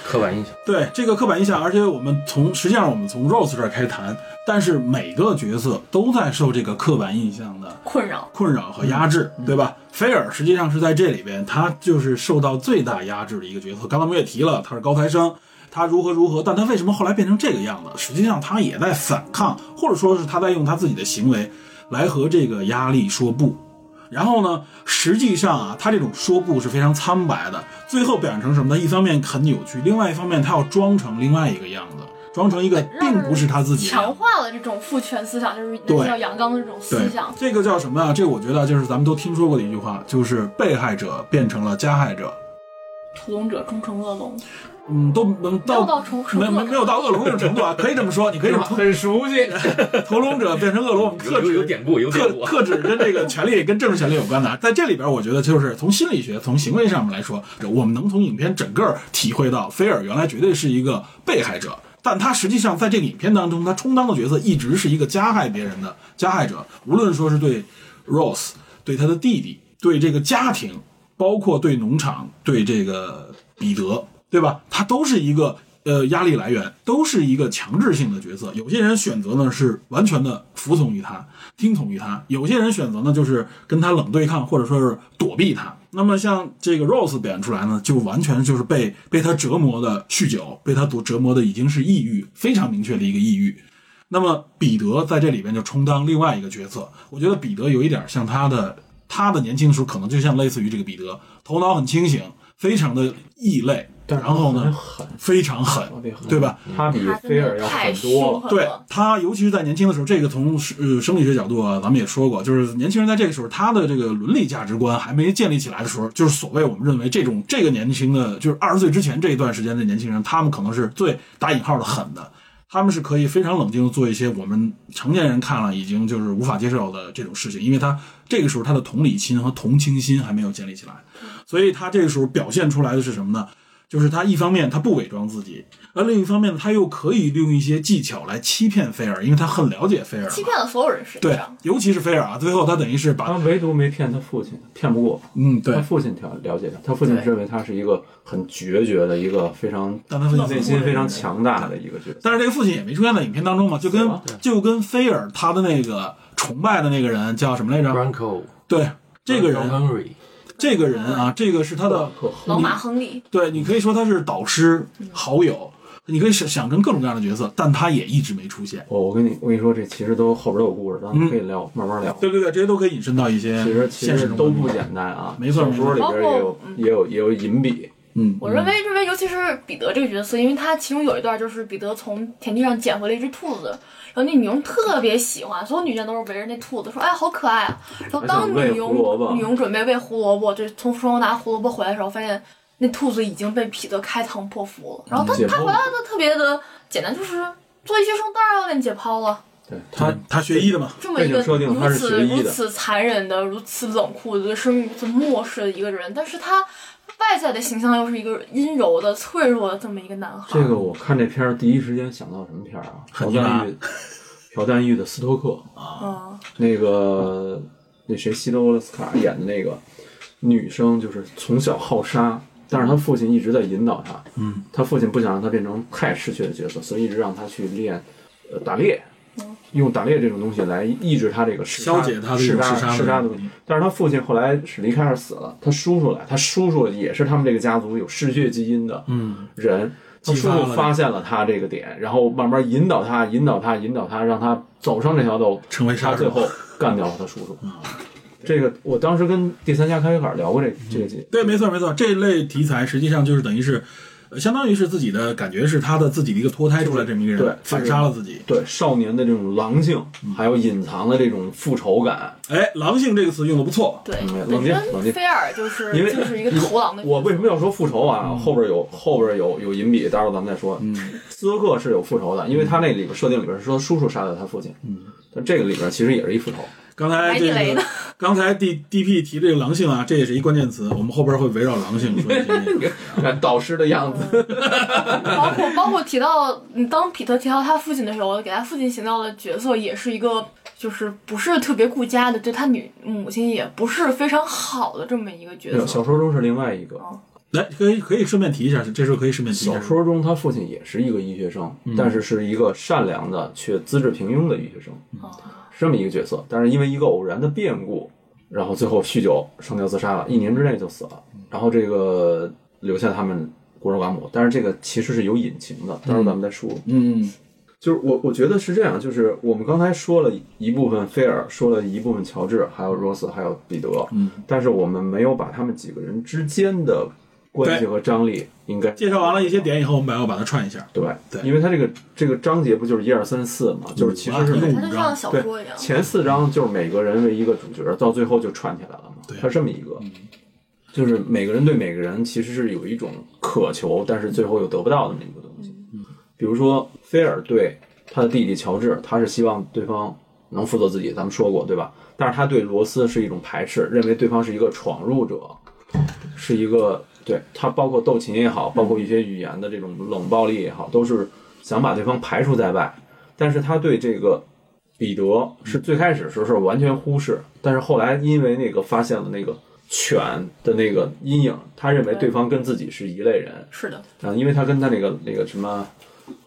刻板印象。
对这个刻板印象，而且我们从实际上我们从 Rose 这儿开始谈，但是每个角色都在受这个刻板印象的
困扰。
困扰和压制，对吧？菲尔实际上是在这里边，他就是受到最大压制的一个角色。刚才我们也提了，他是高材生，他如何如何，但他为什么后来变成这个样子？实际上他也在反抗，或者说是他在用他自己的行为来和这个压力说不。然后呢，实际上啊，他这种说不是非常苍白的，最后表现成什么呢？一方面很扭曲，另外一方面他要装成另外一个样子，装成一个并不是他自己的样子
强化了这种父权思想，就是
对
比较阳刚的这种思
对
想，。
这个叫什么啊？这个我觉得就是咱们都听说过的一句话，就是被害者变成了加害者。
屠龙者终成恶龙，
嗯，都能
没有到
到
成
没没没有
到，
到恶龙这种程度啊，可以这么说，你可以这么
很熟悉，
说， 屠龙者变成恶龙，我们特
有有有
指。
典故，有典
特
故。啊
特指跟这个权利跟政治权利有关的啊，在这里边，我觉得就是从心理学、从行为上面来说，我们能从影片整个体会到，菲尔原来绝对是一个被害者，但他实际上在这个影片当中，他充当的角色一直是一个加害别人的加害者，无论说是对 Rose、对他的弟弟、对这个家庭，包括对农场、对这个彼得，对吧？他都是一个呃压力来源，都是一个强制性的角色。有些人选择呢是完全的服从于他，听从于他；有些人选择呢就是跟他冷对抗，或者说是躲避他。那么像这个 Rose 表现出来呢，就完全就是被被他折磨的酗酒，被他折折磨的已经是抑郁，非常明确的一个抑郁。那么彼得在这里边就充当另外一个角色，我觉得彼得有一点像他的他的年轻的时候，可能就像类似于这个彼得，头脑很清醒，非常的异类，然后呢
很
非常狠
特别，狠
对吧？
他比
他真
菲
的
尔要
太
狠
凶
多了。
狠
对
了。
他，尤其是在年轻的时候，这个从呃生理学角度啊，咱们也说过，就是年轻人在这个时候，他的这个伦理价值观还没建立起来的时候，就是所谓我们认为这种这个年轻的，就是二十岁之前这一段时间的年轻人，他们可能是最打引号的狠的，他们是可以非常冷静的做一些我们成年人看了已经就是无法接受的这种事情，因为他这个时候他的同理心和同情心还没有建立起来，所以他这个时候表现出来的是什么呢？就是他一方面他不伪装自己，而另一方面他又可以利用一些技巧来欺骗菲尔，因为他很了解菲尔嘛，
欺骗了所有人，实际
对
上，
尤其是菲尔啊，最后他等于是把
他唯独没骗他父亲，骗不过。
嗯
他
对，
父亲了了解他，他父亲认为他是一个很决绝的一个非常
但他父亲
内心非常强大的一个角色。
但是这个父亲也没出现在影片当中嘛，就
死
跟
了
就跟菲尔他的那个崇拜的那个人叫什么来着？
Branco
对，这个
Branco
人
Henry
这个人啊，这个是他的
特狠
老马亨
嗯
利
对，你可以说他是导师、好友，你可以想想成各种各样的角色，但他也一直没出现。
我我跟你我跟你说，这其实都后边都有故事，咱们可以聊，慢慢聊。
嗯对对对，这些都可以引申到一些
其实其
现实
实
中的
都
问题
不简单啊，
没错
小说里边也
包括
有也有也有银笔，
嗯，
我认为，认为尤其是彼得这个角色，因为他其中有一段就是彼得从田地上捡回了一只兔子，然后那女佣特别喜欢，所有女性都是围着那兔子说：“哎，好可爱啊！”然后当
还想喂
女
胡萝卜
佣女佣准备喂胡萝卜，就是从厨房拿胡萝卜回来的时候，发现那兔子已经被彼得开膛破腹了。然后他
解
他
剖
回来的特别的简单，就是做一些生蛋儿要给解剖了。
对
他
他
他学医的嘛，
这么一个
背景设定
如
他是
此
学医
如
的
此残忍的、如此冷酷的、生如此漠视的一个人，但是他外在的形象又是一个阴柔的、脆弱的这么一个男孩。
这个我看这片儿第一时间想到什么片儿啊？
很啊
朴
硬啊
赞玉， 朴赞玉的《斯托克》
嗯，
那个那谁西德沃勒斯卡演的那个女生，就是从小好杀，但是她父亲一直在引导她。嗯，她父亲不想让她变成太嗜血的角色，所以一直让她去练呃打猎。用打猎这种东西来抑制他这个嗜杀
消解他的这
嗜
种
杀
嗜杀
嗜杀的东西。但是他父亲后来是离开还是死了？他叔叔来，他叔叔也是他们这个家族有嗜血基因的
嗯，
人，他
激
叔
发了
叔发现了他这个点，然后慢慢引导他，引导他，引导他，让他走上这条路，
成为杀
他
手嗯
最后干掉了他叔叔。这个我当时跟第三家咖啡馆聊过这这
嗯
个节，
对，没错没错，这类题材实际上就是等于是，呃相当于是自己的感觉是他的自己的一个脱胎出来这么一个人，
对
反杀了自己。
对少年的这种狼性，
嗯
还有隐藏的这种复仇感。
哎，狼性这个词用的不错，
对，
嗯冷
本
静冷静
身菲尔就是
因为
就是一个头狼的，
我为什么要说复仇啊？后边有后边有有银笔，待会儿咱们再说。斯多克是有复仇的，因为他那里边设定里边是说叔叔杀掉他父亲，嗯，但这个里边其实也是一复仇。
刚才这
埋地雷
个
呢，
刚才 D D P 提这个狼性啊，这也是一关键词，我们后边会围绕狼性说一些。
看 导师的样子，
包括包括提到嗯当彼得提到他父亲的时候，给他父亲行到的角色也是一个就是不是特别顾家的，对他女母亲也不是非常好的这么一个角色。
小说中是另外一个。
来，可以可以顺便提一下，这时候可以顺便提一下。
小说中他父亲也是一个医学生，
嗯
但是是一个善良的却资质平庸的医学生，
嗯
是这么一个角色。但是因为一个偶然的变故，然后最后酗酒上吊自杀了，一年之内就死了。
嗯
然后这个留下他们孤儿寡母，但是这个其实是有隐情的，待会儿咱们再说。
嗯，
就是我我觉得是这样，就是我们刚才说了一部分菲尔，说了一部分乔治，还有 Rose，还有彼得，嗯，但是我们没有把他们几个人之间的关系
对
和张力应该
介绍完了一些点以后，我们要把它串一下。
对，
对
因为它这个这个章节不就是一二三四嘛，就是其实是
一
每
共
它就像小
对
说一样，
前四章就是每个人为一个主角，到最后就串起来了嘛
对，
它是这么一个，就是每个人对每个人其实是有一种渴求，但是最后又得不到的那么一个东西。比如说菲尔对他的弟弟乔治，他是希望对方能负责自己，咱们说过对吧？但是他对罗斯是一种排斥，认为对方是一个闯入者，是一个对他包括斗琴也好，包括一些语言的这种冷暴力也好，都是想把对方排除在外。但是他对这个彼得是最开始的时候是完全忽视，但是后来因为那个发现了那个犬的那个阴影，他认为对方跟自己是一类人，
是的。
啊，因为他跟他那个那个什么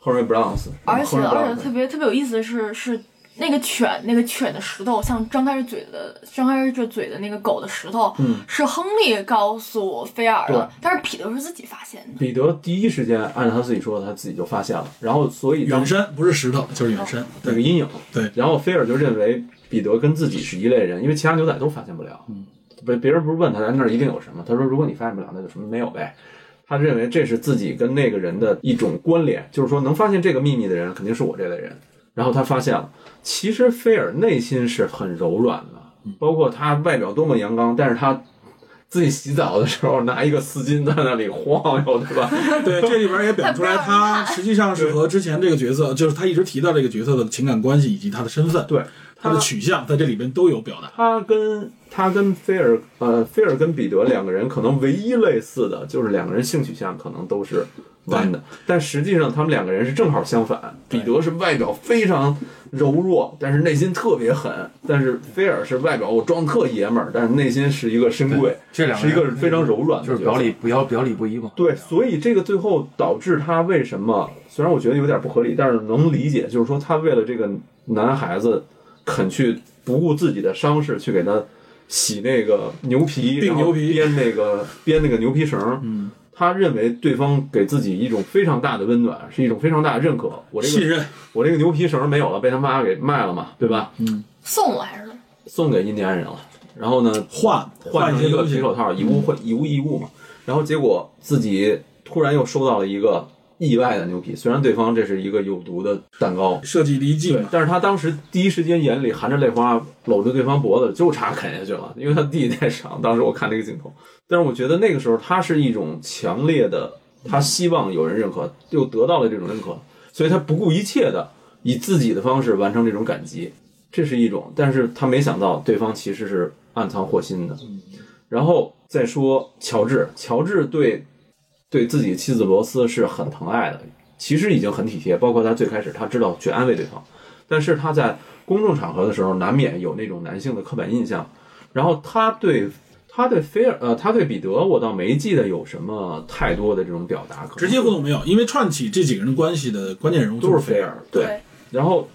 Henry Browns，
而且
Henry
而
Browns
且特别特别有意思的是是那个犬那个犬的石头，像张开着嘴的张开着嘴的那个狗的石头，
嗯
是亨利告诉菲尔的，但是彼得是自己发现的。
彼得第一时间按照他自己说的，他自己就发现了，然后所以当
远
时
山不是石头就是远山，
那个阴影，
对
然后菲尔就认为彼得跟自己是一类人，因为其他牛仔都发现不了，嗯，别别人不是问他哎那儿一定有什么，他说如果你发现不了，那就什么没有呗。他认为这是自己跟那个人的一种关联，就是说能发现这个秘密的人肯定是我这类人。然后他发现了，其实菲尔内心是很柔软的，
嗯
包括他外表多么阳刚，但是他自己洗澡的时候拿一个丝巾在那里晃悠， 对吧？
对，这里边也表现出来，他实际上是和之前这个角色，就是他一直提到这个角色的情感关系以及他的身份，
对，
他的取向在这里边都有表达。
他跟他跟菲尔，呃，菲尔跟彼得两个人可能唯一类似的就是两个人性取向可能都是弯的，但实际上他们两个人是正好相反。彼得是外表非常柔弱，但是内心特别狠；但是菲尔是外表我装特爷们儿，但是内心是一个深贵，
这两
是
个
一个
人
非常柔软的
就是
角
表
色
里不要表里不一嘛。
对，所以这个最后导致他为什么？虽然我觉得有点不合理，但是能理解，就是说他为了这个男孩子肯去不顾自己的伤势去给他洗那个牛皮，
钉
然后
牛皮
编那个编那个牛皮绳，嗯，他认为对方给自己一种非常大的温暖，是一种非常大的认可。我这
信
个
任，
我这个牛皮绳没有了，被他妈给卖了嘛，对吧？
送了还是
送给印第安人了。然后呢，
换
换
一
成
些
一个
东西
皮，手套，以物换以物易物嘛。然后结果自己突然又收到了一个意外的牛皮，虽然对方这是一个有毒的蛋糕，
设计离境
对
嘛，，
但是他当时第一时间眼里含着泪花，搂着对方脖子就差啃下去了，因为他弟弟在场。当时我看那个镜头，但是我觉得那个时候他是一种强烈的，他希望有人认可，又得到了这种认可，所以他不顾一切的以自己的方式完成这种感激，这是一种。但是他没想到对方其实是暗藏祸心的。然后再说乔治，乔治对对自己妻子罗斯是很疼爱的，其实已经很体贴，包括他最开始他知道去安慰对方。但是他在公众场合的时候，难免有那种男性的刻板印象。然后他对他对菲尔呃，他对彼得，我倒没记得有什么太多的这种表达，可能
直接互动没有，因为串起这几个人的关系的关键人物
都
是
是菲
菲
尔，
对
然后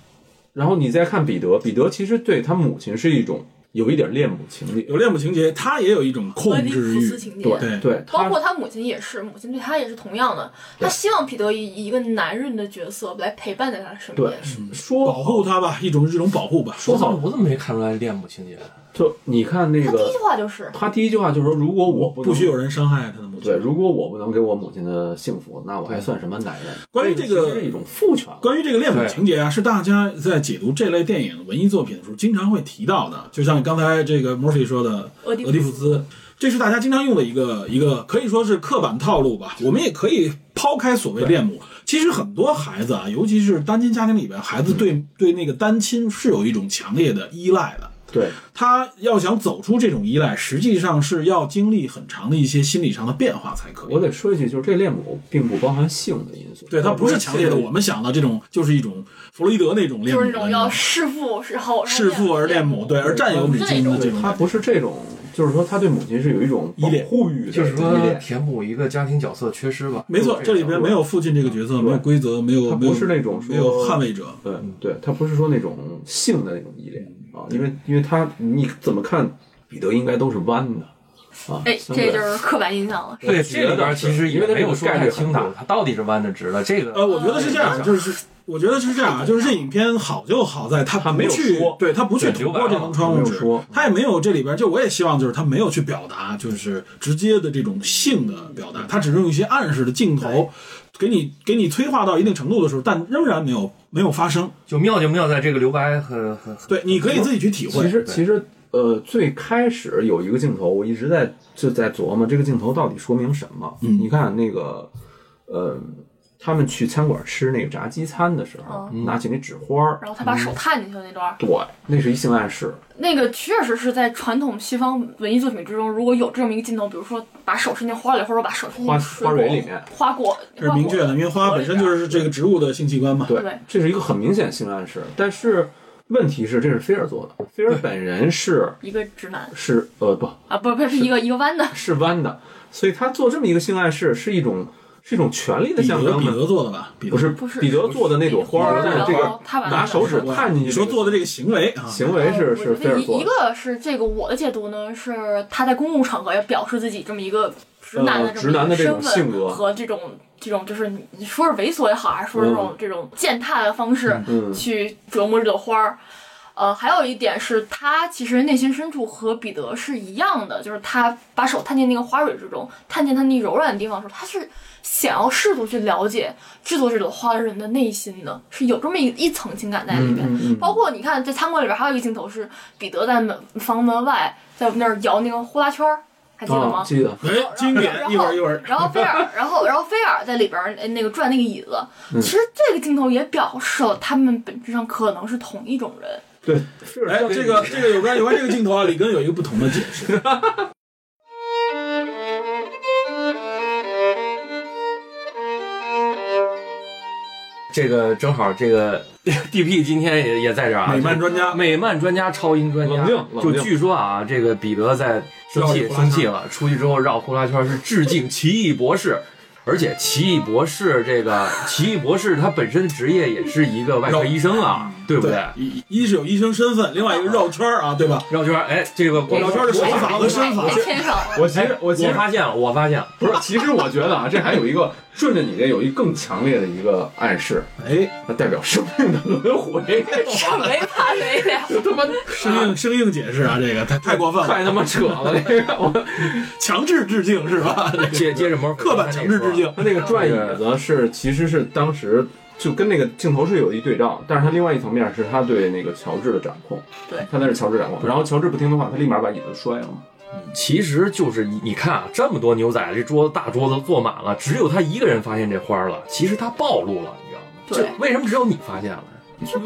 然后你再看彼得，彼得其实对他母亲是一种有一点恋母情结，
有恋母情节，他也有一种控
俄狄
制
浦斯
欲。
情节，
对
对，他
包括他母亲也是，母亲对他也是同样的，他希望彼得以以一个男人的角色来陪伴在他身边
对。说
嗯保护他吧，一种一种保护吧。
说好，
我怎么没看出来恋母情节？啊
就你看那
他第一
个
句，话就是
他第一句话就是说，如果我不
不
能
许有人伤害他的母亲
对，。如果我不能给我母亲的幸福，那我还算什么男人？
关于这个
其实是一种父权了，
关于这个恋母情节啊，是大家在解读这类电影文艺作品的时候经常会提到的。就像刚才这个 Murphy 说的，
俄狄
俄狄浦斯，这是大家经常用的一个一个可以说是刻板套路吧。我们也可以抛开所谓恋母，其实很多孩子啊，尤其是单亲家庭里边，孩子对、对那个单亲是有一种强烈的依赖的。
对，
他要想走出这种依赖，实际上是要经历很长的一些心理上的变化才可以。
我得说一句，就是这恋母并不包含性的因素，
对，它不是强烈的，
现在
我们想到这种就是一种弗洛伊德那种恋
就
母的那
是那
种，
种要弑父然后
弑父而恋母，对，而占有母亲的这
对
种
他
感觉。
不是这种，就是说他对母亲是有一种
依恋
保护欲的，
就是说
依恋
填补一个家庭角色缺失吧。
没错，这里边没有父亲这个角色，没有规则，没有
他
没有
不是那种说
没有捍卫者。
对对，他不是说那种性的那种依恋啊，因为因为他你怎么看彼得应该都是弯的啊，
哎，
相对
这就是刻板印象了。
对，
我
这
觉
里
得
边其实
是因
也
为它
没有
这个
说
概
太
率
清
很
楚
大，
它到底是弯的直的。这个
呃，我觉得是这样，就是我觉得是这样啊，就是这影片好就好在他
他没有
不去
说，
对他不去
对
突
留白
破这
了
层窗户
啊没有
纸
说，
他也没有这里边就我也希望就是他没有去表达就是直接的这种性的表达，他只是用一些暗示的镜头给你给你催化到一定程度的时候，但仍然没有没有发生。
就妙就妙在这个留白很很很
对，你可以自己去体会。
其实其实呃，最开始有一个镜头，我一直在就在琢磨这个镜头到底说明什么。
嗯
你看那个呃，他们去餐馆吃那个炸鸡餐的时候，
嗯
拿起那纸花儿，
哦然后他把手探进去那段儿，
对，那是一性暗示。
那个确实是在传统西方文艺作品之中，如果有这么一个镜头，比如说把手伸进花里，或者把手伸进
花
水果
花蕊里面，
花果，
这是明确的，因为花本身就是这个植物的性器官嘛。
对
对，
这是一个很明显性暗示。但是问题是，这是菲尔做
嗯
的，菲尔本人是
一个直男
是呃不
啊，不不是一个一个弯的，
是弯的，所以他做这么一个性暗示是一种是一种权力的
彼
象
得
征
彼
吗？
得做的吧？彼得
不是，
不是
彼得做的那朵花儿，
花
但
然
是这个
后他把哦
拿手指探进去
你说做的这个行为啊，
行为是是
我
菲
觉得
尔
一
做
一
的，
个是这个我的解读呢，是他在公共场合要表示自己这么一个直男的
呃
这
直男
么
的
一
这
个身
种性
份
格
和这种这种就是你说是猥琐也好，还是说是这种、这种践踏的方式
嗯
去折磨这朵花儿。呃，还有一点是他其实内心深处和彼得是一样的，就是他把手探进那个花蕊之中，探进他那柔软的地方的时候，他是想要试图去了解制作这朵花的人的内心的，是有这么一一层情感在里面。
嗯嗯嗯
包括你看，在餐馆里边还有一个镜头是彼得在门房门外在那儿摇那个呼啦圈儿，还记得吗？
啊，记得
哎，经典，一会儿一会儿，
然后菲尔，然后然后菲尔在里边儿呃那个转那个椅子，
嗯
其实这个镜头也表示了他们本质上可能是同一种人。
对，菲
哎，
尔
这个这个有关有关这个镜头啊，里根有一个不同的解释。
这个正好这 个 DP 今天也也在这儿啊。
美漫专家，
美漫专家、超音专家
冷静，冷
就
静
据说啊，这个彼得在生
绕一呼
气
啦圈
生气了，出去之后绕呼啦圈是致敬《奇异博士》，而且《奇异博士》这个《奇异博士》他本身的职业也是一个外科医生啊，对不对
对？，一一是有医生身份，另外一个绕圈儿啊，对吧？
绕圈儿，哎，这个我哎
绕圈儿的手法和身法
太，牵上了。
我其实哎我
我
其实
发现了，我发现了，
不是，其实我觉得啊，这还有一个顺着你这有一更强烈的一个暗示，
哎，
它代表生命的轮回，
没完没了，
这他妈
生硬生硬解释啊，这个哎太太过分了，
太他妈扯了，这个我
强制致敬是吧？这个
接接着模
刻板强制致敬，
他那个转椅子是其实是当时。就跟那个镜头是有一对照，但是他另外一层面是他对那个乔治的掌控，
对
他那是乔治掌控，然后乔治不听的话，他立马把椅子摔了嘛，
其实就是你你看啊，这么多牛仔，这桌子大桌子坐满了，只有他一个人发现这花儿了。其实他暴露了，你知道吗？
对
这为什么只有你发现了？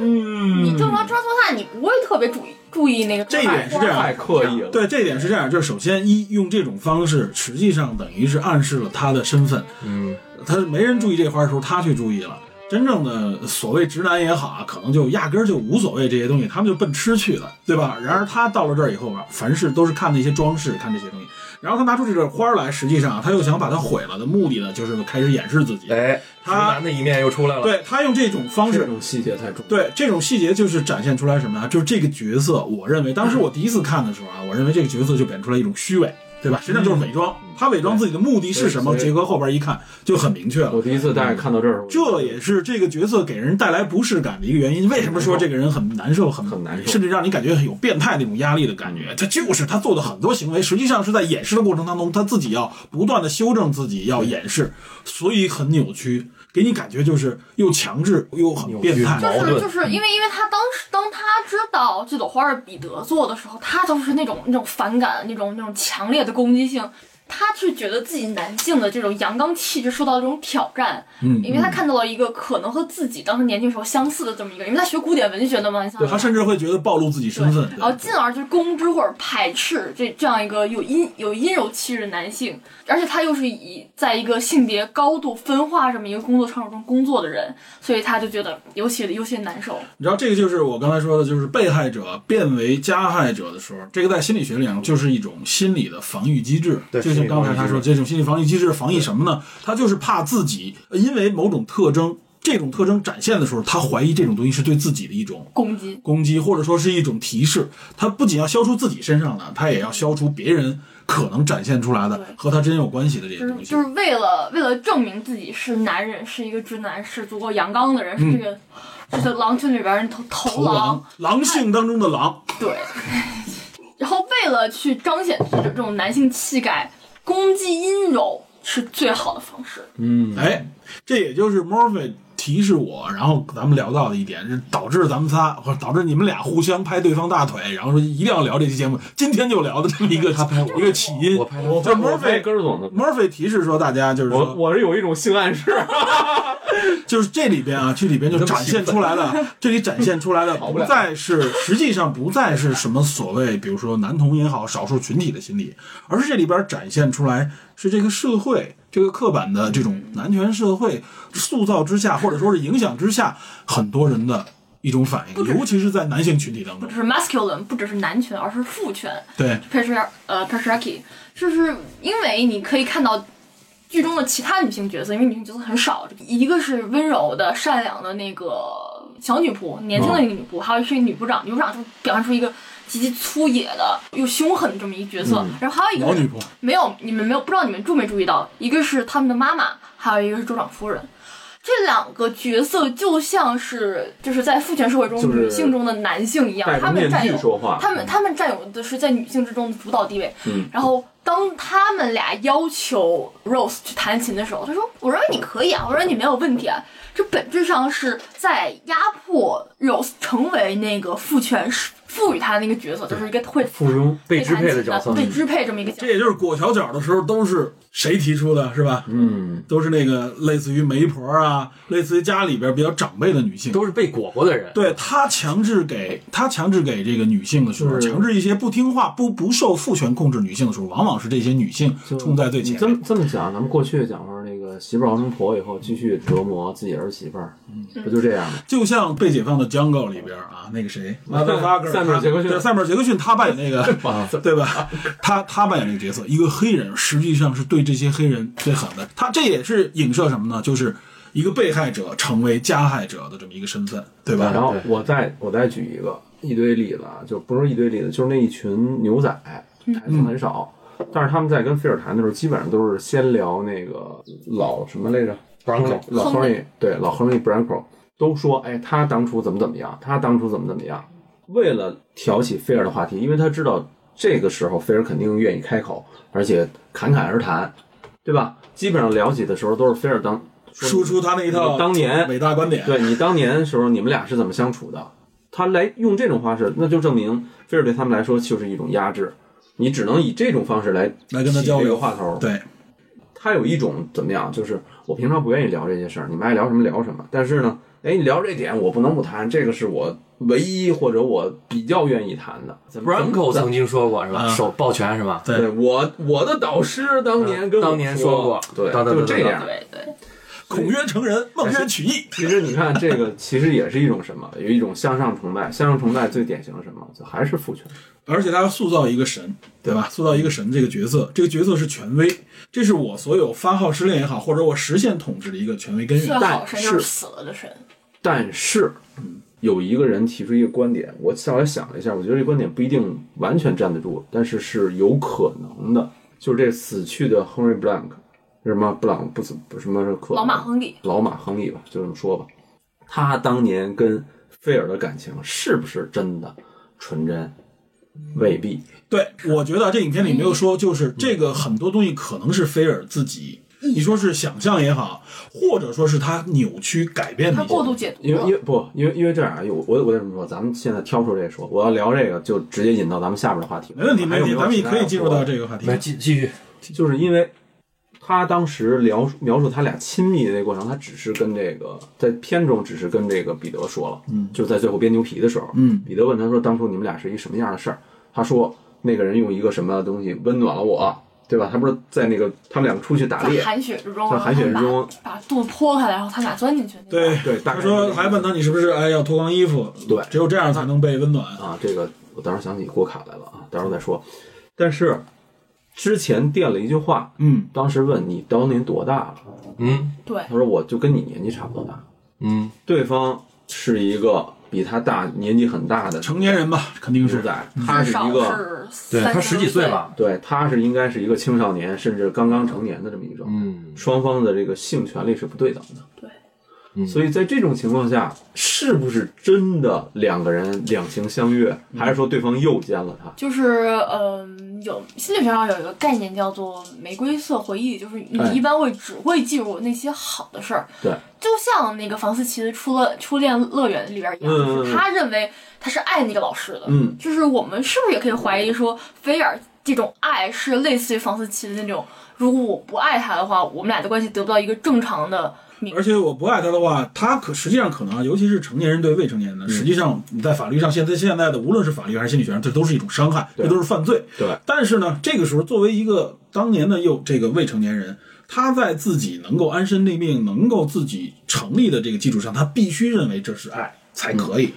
嗯，
你正常穿梭下，你不会特别注意注意那个
这一点是这样
太刻意了，
对，这一点是这样，就是首先一用这种方式，实际上等于是暗示了他的身份，
嗯，
他没人注意这花的时候，他去注意了。真正的所谓直男也好啊，可能就压根儿就无所谓这些东西，他们就奔吃去了，对
嗯
吧？然而他到了这儿以后啊，凡事都是看那些装饰，看这些东西。然后他拿出这个花儿来，实际上啊他又想把它毁了的目的呢，就是开始掩饰自己。
哎，直
他
男的一面又出来了。
对他用这种方
这
式，
种细节太重。，
对这种细节就是展现出来什么呢？就是这个角色，我认为当时我第一次看的时候啊，我认为这个角色就表现出来一种虚伪，对吧？实际上就是伪装，他伪装自己的目的是什么？
对所以
结合后边一看就很明确了。
我第一次大概看到这儿，
这也是这个角色给人带来不适感的一个原因。为什么说这个人很难受，很
很难受
甚至让你感觉有变态那种压力的感觉？他就是他做的很多行为，实际上是在掩饰的过程当中，他自己要不断的修正自己，要掩饰，所以很扭曲，给你感觉就是又强制又很变态
扭曲。
就
矛
是
盾
就是
嗯
因为因为他当时当他知道这朵花是彼得做的时候，他就是那种那种反感，那种那种强烈的攻击性。他是觉得自己男性的这种阳刚气质受到这种挑战，嗯，因为他看到了一个可能和自己当时年轻时候相似的这么一个，因为他学古典文学的嘛，你想
对他甚至会觉得暴露自己身份。
然后进而就是攻之或者排斥这这样一个有阴有阴柔气质的男性，而且他又是以在一个性别高度分化这么一个工作场所中工作的人，所以他就觉得尤其尤其难受。
你知道这个就是我刚才说的，就是被害者变为加害者的时候，这个在心理学里讲就是一种心理的防御机制。
对
就像刚才他说，这种心理防御机制防御什么呢？他就是怕自己呃因为某种特征，这种特征展现的时候，他怀疑这种东西是对自己的一种
攻击，
攻击，或者说是一种提示。他不仅要消除自己身上的，他也要消除别人可能展现出来的
对
和他真有关系的这些
就是
东西
就。是为了为了证明自己是男人，是一个直男，是足够阳刚的人，是这个就是狼群里边人头头
头狼，狼性当中的狼，
对。 然后为了去彰显自己的这种男性气概，攻击阴柔是最好的方式。
嗯，
哎，这也就是 Morphy 提示我，然后咱们聊到的一点，是导致咱们仨或者导致你们俩互相拍对方大腿，然后说一定要聊这期节目，今天就聊的这么一个一个起因
我。拍
我
我
就是
我拍
Murphy
根儿总的，
Murphy 提示说，大家就是
我
说，
我是有一种性暗示，
就是这里边啊，这里边就展现出来的，这里展现出来的
不
不
了
再是，实际上不再是什么所谓，比如说男童也好，少数群体的心理，而是这里边展现出来是这个社会这个刻板的这种男权社会塑造之下，或者说是影响之下，很多人的一种反应，尤其是在男性群体当
不
中
只。是 masculine，不只是男权，而是父权
对，
patriar 呃 patriarchy，就是因为你可以看到剧中的其他女性角色，因为女性角色很少，一个是温柔的、善良的那个小女仆，年轻的那个女仆，还有一个是女部长，女部长就表现出一个极其粗野的又凶狠的这么一个角色，然后还有一
嗯老
个
女
是
仆，
没有，你们没有不知道你们注没注意到，一个是他们的妈妈，还有一个是州长夫人。这两个角色就像是就是在父权社会中
就是
女性中的男性一样，
戴
他
着
们
面
占
具
有
说话，
他们他们占有的是在女性之中的主导地位。
嗯
然后当他们俩要求 Rose 去弹琴的时候，他说：“我认为你可以啊，我认为你没有问题啊。”这本质上是在压迫 Rose 成为那个父权赋予他那个角色，就是一个会
附庸
被支配的角
嗯
色
被支配这么一个角
这
色。
也就是裹小脚的时候都是谁提出的，是吧？
嗯，
都是那个类似于媒婆啊，类似于家里边比较长辈的女性，
都是被裹挟的人。
对他强制给他强制给这个女性的时候，
就是
强制一些不听话、不不受父权控制女性的时候，往往是这些女性冲在最
你
前
这
面。
么这么想，咱们过去讲说那个媳妇熬成婆以后，继续折磨自己儿媳妇儿，
嗯
不就这样吗？
就像被解放的《Jungle》里边啊，那个谁，
啊对塞缪尔杰克逊
对塞缪尔杰克逊，他扮演那 个，对吧？他他扮演那个角色，一个黑人，实际上是对这些黑人最狠的。他这也是影射什么呢？就是一个被害者成为加害者的这么一个身份，啊对吧？
然后
对
我再我再举一个一堆例子，啊，就不是一堆例子，就是那一群牛仔，台词很少，但是他们在跟菲尔谈的时候，基本上都是先聊那个老什么来着
Bronco
老亨
亨利
利，对老亨利 Branco 都说，哎，他当初怎么怎么样，他当初怎么怎么样。为了挑起菲尔的话题，因为他知道这个时候菲尔肯定愿意开口，而且侃侃而谈，对吧？基本上聊起的时候都是菲尔当
输出他那一套
当年
伟大观点，
对你当年的时候，你们俩是怎么相处的？他来用这种方式，那就证明菲尔对他们来说就是一种压制。你只能以这种方式来
来跟他交
起这个
流
话头。，
对，
他有一种怎么样，就是我平常不愿意聊这些事儿，你们爱聊什么聊什么。但是呢，哎，你聊这点我不能不谈，这个是我唯一或者我比较愿意谈的。怎么
Branco
怎么
曾经说过是吧？
嗯
手抱拳是吧？
对
对我我的导师当年跟我
当年说过
对，
当当
就
当
这样。
对对，
孔曰成人，孟曰取义。
其实你看，这个其实也是一种什么？有一种向上崇拜，向上崇拜最典型的什么？就还是父权。
而且他要塑造一个神，对吧？塑造一个神这个角色，这个角色是权威，这是我所有发号施令也好，或者我实现统治的一个权威
嗯
根
最
源。
好神就是啊
是
死了的神，
但是，有一个人提出一个观点，我后来想了一下，我觉得这观点不一定完全站得住，但是是有可能的。就是这死去的亨瑞·布朗克，什么布朗不死不什么克
老马亨利。
老马亨利吧，就这么说吧。他当年跟菲尔的感情是不是真的纯真？未必。
对，我觉得这影片里没有说，就是这个很多东西可能是菲尔自己，你说是想象也好，或者说是他扭曲改变的
他
一些
过度解读
因为因
了，
为不，因为因为这样啊，有我我得这么说，咱们现在挑出这说，我要聊这个就直接引到咱们下边的话题了。
没问题，没
还有
问题，
没有
咱们也
其他
可以
要
进入
说
到
的
这个话题。
来继继续，
就是因为他当时描述描述他俩亲密的那个过程，他只是跟这个在片中只是跟这个彼得说了，嗯，就是在最后编牛皮的时候，
嗯
彼得问他说，当初你们俩是一什么样的事儿？他说那个人用一个什么东西温暖了我，对吧？他不是在那个他们两个出去打
在
猎，
寒雪之中，
在寒雪之
然后
中，
把把肚子剖开来，然后他们俩钻进去。那个
对
对
他
大概是这
说
个
还问他你是不是哎要脱光衣服，
对
只有这样才能被温暖。
啊，这个我当时想起郭卡来了啊，待会儿再说。但是之前垫了一句话，
嗯，
当时问你当年多大了，
嗯
对
他说我就跟你年纪差不多大，
嗯，
对方是一个比他大年纪很大的
成年人吧，肯定
女
是
仔，他
至
是
少
一个
是
对
30
他十几岁，吧，
对，他是应该是一个青少年，甚至刚刚成年的这么一种，
嗯，
双方的这个性权利是不对等的。
对
嗯
所以在这种情况下，是不是真的两个人两情相悦，
嗯
还是说对方诱奸了他？
就是嗯，有心理学上有一个概念叫做玫瑰色回忆，就是你
哎
一般会只会记住那些好的事儿，
对，
就像那个房思琪的《初乐初恋乐园》里边一样，
嗯
就是他认为他是爱那个老师的，
嗯，
就是我们是不是也可以怀疑说菲尔这种爱是类似于房思琪的那种，如果我不爱他的话，我们俩的关系得不到一个正常的名
而且我不爱他的话，他可实际上可能啊，尤其是成年人对未成年人的，实际上你在法律上，现在现在的无论是法律还是心理学上，这都是一种伤害，
对
这都是犯罪。
对，
但是呢，这个时候作为一个当年的又这个未成年人，他在自己能够安身立命、能够自己成立的这个基础上，他必须认为这是爱才可以。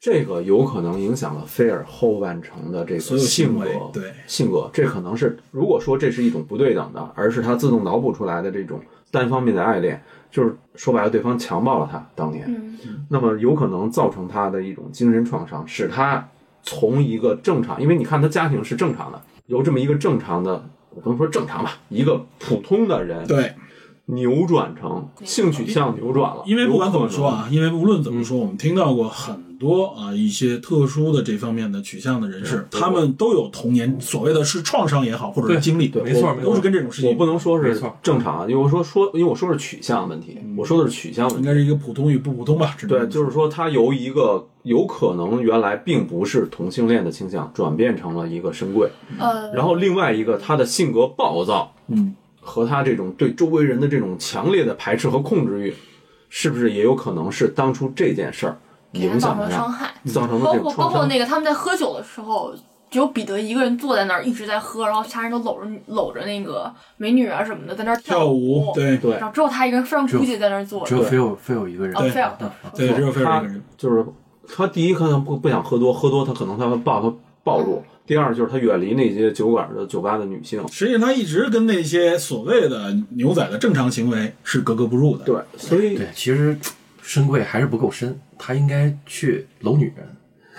这个有可能影响了菲尔后半程的这个
所有行
性格
为，对
性格，这可能是如果说这是一种不对等的，而是他自动脑补出来的这种单方面的爱恋，就是说白了，对方强暴了他当年，
嗯
那么有可能造成他的一种精神创伤，使他从一个正常，因为你看他家庭是正常的，由这么一个正常的，我不能说正常吧，一个普通的人
对，
扭转成性取向扭转了，
因为不管怎么
有可
说，
能
啊，因为无论怎么说，我们听到过很多啊一些特殊的这方面的取向的人士，
对
他们都有童年所谓的是创伤也好，或者是
对
经历，
对
没错
我
没
都是
错，
跟这种事情
我
有关。
不能说
没
是
错嗯
正常，啊因为我说说，因为我说是取向问题，我说的是取向问
应
题。
该是一个普通与不普通吧？只能
对，就是说他由一个有可能原来并不是同性恋的倾向，转变成了一个深柜，
嗯
呃，
然后另外一个他的性格暴躁，
嗯，
和他这种对周围人的这种强烈的排斥和控制欲，是不是也有可能是当初这件事儿
给他
影
造
响
成
了
了
他
伤，害，
造成了
包
这种
括包
创
括
伤？
那个他们在喝酒的时候，只有彼得一个人坐在那儿一直在喝，然后其他人都搂着搂着那个美女啊什么的在那儿
跳舞
舞，，
对
对
然，后只有他一个人非常孤寂在那儿坐
只
着
有，非有非有一个人
哦，菲尔，
对，只有菲尔
他
一个人。
就是他第一，可能不不想喝多，喝多他可能他会暴他暴露；第二就是他远离那些酒馆的酒吧的女性，
实际上，他一直跟那些所谓的牛仔的正常行为是格格不入的。
对，所以
对，其实深柜还是不够深，他应该去搂女人。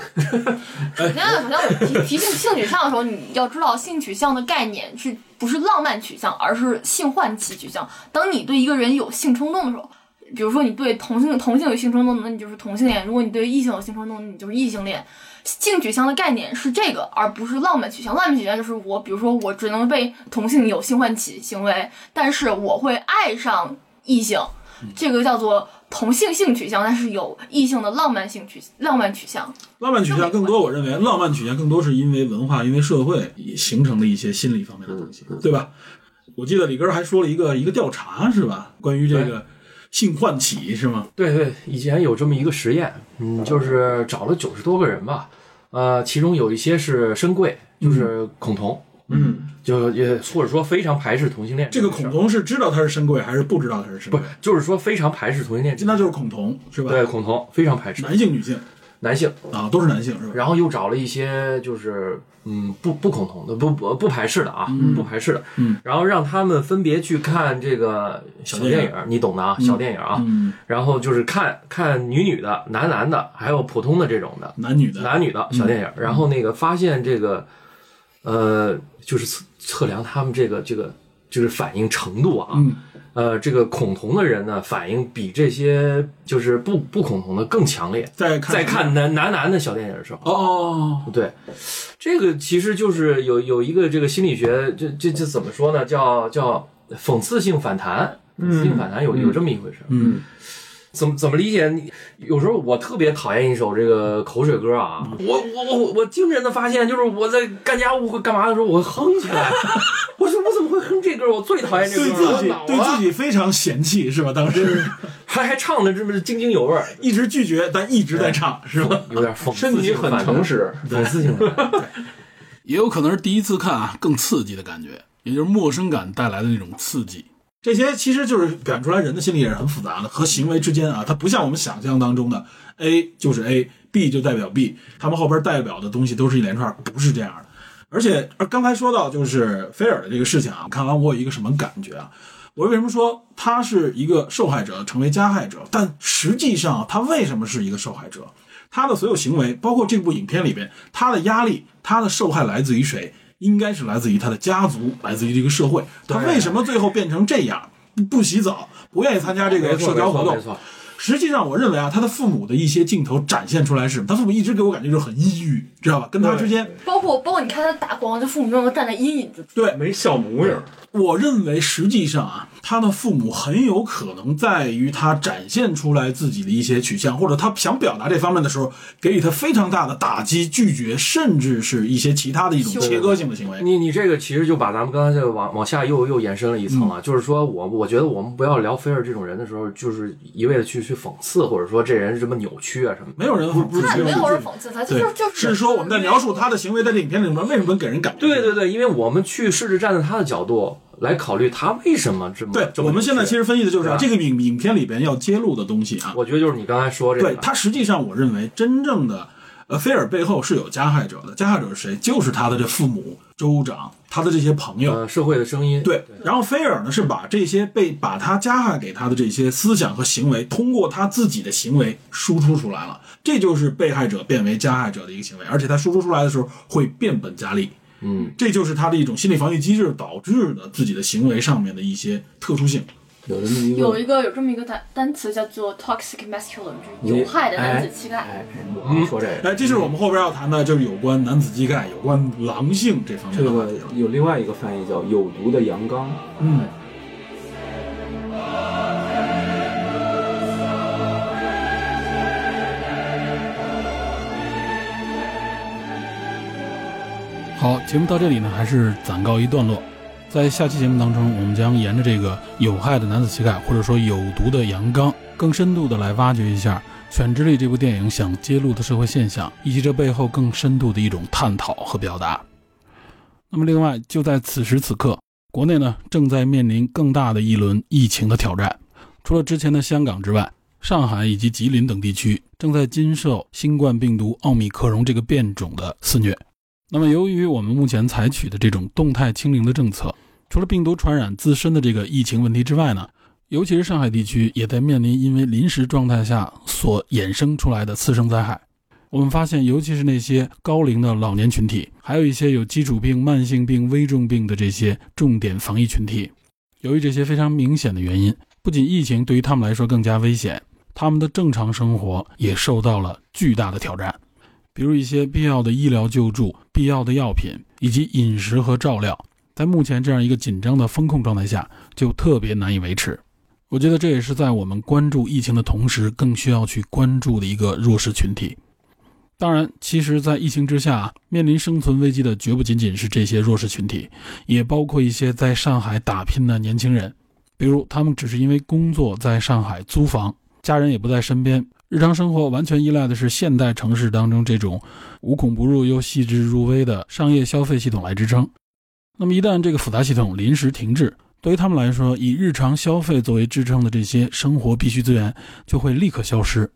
首先，首先我提提性性取向的时候，你要知道性取向的概念是不是浪漫取向，而是性唤起取向。当你对一个人有性冲动的时候，比如说你对同性同性有性冲动，那你就是同性恋；如果你对异性有性冲动，那你就是异性恋。性取向的概念是这个，而不是浪漫取向。浪漫取向就是我，比如说我只能被同性有性唤起行为，但是我会爱上异性，这个叫做同性性取向，但是有异性的浪漫性取浪漫取向。
浪漫取向更多，我认为浪漫取向更多是因为文化、因为社会形成的一些心理方面的东西，
嗯
对吧？我记得李根儿还说了一个一个调查是吧？关于这个性唤起是吗？
对对，以前有这么一个实验，嗯，就是找了九十多个人吧，呃，其中有一些是深柜，就是孔童，
嗯，
就也或者说非常排斥同性恋
这个
事
孔
儿，
同是知道他是深贵还是不知道他是深
不
贵
是？就是说非常排斥同性恋这个
那
事儿，
就是孔同是吧？
对孔同非常排斥
男性、女性
男性，
啊，都是男性是吧？
然后又找了一些就是嗯不不恐同的不不不排斥的啊、不排斥的，
嗯，
然后让他们分别去看这个小
小电
电影，你懂的啊，小电影啊，
嗯，
然后就是看看女女的、男男的，还有普通的这种的
男女的，
男女的小电影，
嗯
然后那个发现这个呃就是测测量他们这个这个就是反应程度啊，
嗯
呃这个恐同的人呢反应比这些就是不不恐同的更强烈，
再看
在看男男男的小电影的时候。
哦哦哦，
对，这个其实就是有有一个这个心理学，这这这怎么说呢？叫叫讽刺性反弹，讽刺性反弹有有这么一回事。
嗯，
怎么怎么理解？你有时候我特别讨厌一首这个口水歌啊，
嗯
我我我我惊人的发现，就是我在干家务或干嘛的时候，我哼起 来，我说我怎么会哼这歌？我最讨厌这啊
对
歌了，
自己
我恼
对
了
自己非常嫌弃是吧？当时
还还唱的这么津津有味儿，
一直拒绝，但一直在唱是吧？
有点 讽
身
刺
体
性
很
反弹
诚，实，
讽刺性反弹。
也有可能是第一次看啊，更刺激的感觉，也就是陌生感带来的那种刺激。这些其实就是表现出来人的心理也是很复杂的，和行为之间啊，它不像我们想象当中的 A 就是 A，B 就代表 B，他们后边代表的东西都是一连串，不是这样的。而且，而刚才说到就是菲尔的这个事情啊，看完我有一个什么感觉啊？我为什么说他是一个受害者成为加害者？但实际上啊他为什么是一个受害者？他的所有行为，包括这部影片里边，他的压力，他的受害来自于谁？应该是来自于他的家族，来自于这个社会。他为什么最后变成这样？不洗澡，不愿意参 加这
没
个
错
社
没
交活
错
动
没，错，
实际上，我认为啊，他的父母的一些镜头展现出来是，他父母一直给我感觉就是很抑郁，知道吧？跟他之间，
包括包括你看他打光，就父母那种淡淡阴影的，
对
没笑模样，
我认为实际上啊，他的父母很有可能在于他展现出来自己的一些取向，或者他想表达这方面的时候，给予他非常大的打击、拒绝，甚至是一些其他的一种切割性的行为。
你你这个其实就把咱们刚才这个往往下又又延伸了一层
嗯
了，就是说我我觉得我们不要聊菲尔这种人的时候，就是一味的去去讽刺，或者说这人是什么扭曲啊什么的。
没有人不是
他也没
没有
有
人
人讽刺他，就
对
是就是
说我们在描述他的行为，在这影片里面为什么给人感觉
对对对，因为我们去试着站在他的角度来考虑他为什么这么
对，
这么扭曲
我们现在其实分析的就是、啊、
对
这个影影片里边要揭露的东西啊。
我觉得就是你刚才说这个，
对他，实际上我认为真正的呃菲尔背后是有加害者的，加害者是谁？就是他的这父母、州长、他的这些朋友。
呃社会的声音
对，然后菲尔呢是把这些被把他加害给他的这些思想和行为，通过他自己的行为输出出来了，这就是被害者变为加害者的一个行为，而且他输出出来的时候会变本加厉，
嗯，
这就是他的一种心理防御机制导致的自己的行为上面的一些特殊性。
有这么一
有
个
一个有这么一个单单词叫做 toxic masculine，就是有害的男子气概。
哎，哎我没说这个。
哎，这就是我们后边要谈的，就是有关男子气概、有关狼性这方面
这
的话
个
题了。
有另外一个翻译叫“有毒的阳刚
嗯。好，节目到这里呢，还是暂告一段落。在下期节目当中，我们将沿着这个有害的男子气概，或者说有毒的阳刚，更深度的来挖掘一下《犬之力》这部电影想揭露的社会现象，以及这背后更深度的一种探讨和表达。那么，另外就在此时此刻，国内呢正在面临更大的一轮疫情的挑战。除了之前的香港之外，上海以及吉林等地区正在经受新冠病毒奥密克戎这个变种的肆虐。那么，由于我们目前采取的这种动态清零的政策，除了病毒传染自身的这个疫情问题之外呢，尤其是上海地区也在面临因为临时状态下所衍生出来的次生灾害。我们发现，尤其是那些高龄的老年群体，还有一些有基础病、慢性病、危重病的这些重点防疫群体，由于这些非常明显的原因，不仅疫情对于他们来说更加危险，他们的正常生活也受到了巨大的挑战。比如一些必要的医疗救助、必要的药品以及饮食和照料，在目前这样一个紧张的风控状态下，就特别难以维持。我觉得这也是在我们关注疫情的同时，更需要去关注的一个弱势群体。当然，其实，在疫情之下，面临生存危机的绝不仅仅是这些弱势群体，也包括一些在上海打拼的年轻人。比如，他们只是因为工作在上海租房，家人也不在身边，日常生活完全依赖的是现代城市当中这种无孔不入又细致入微的商业消费系统来支撑。那么一旦这个复杂系统临时停滞，对于他们来说，以日常消费作为支撑的这些生活必需资源就会立刻消失。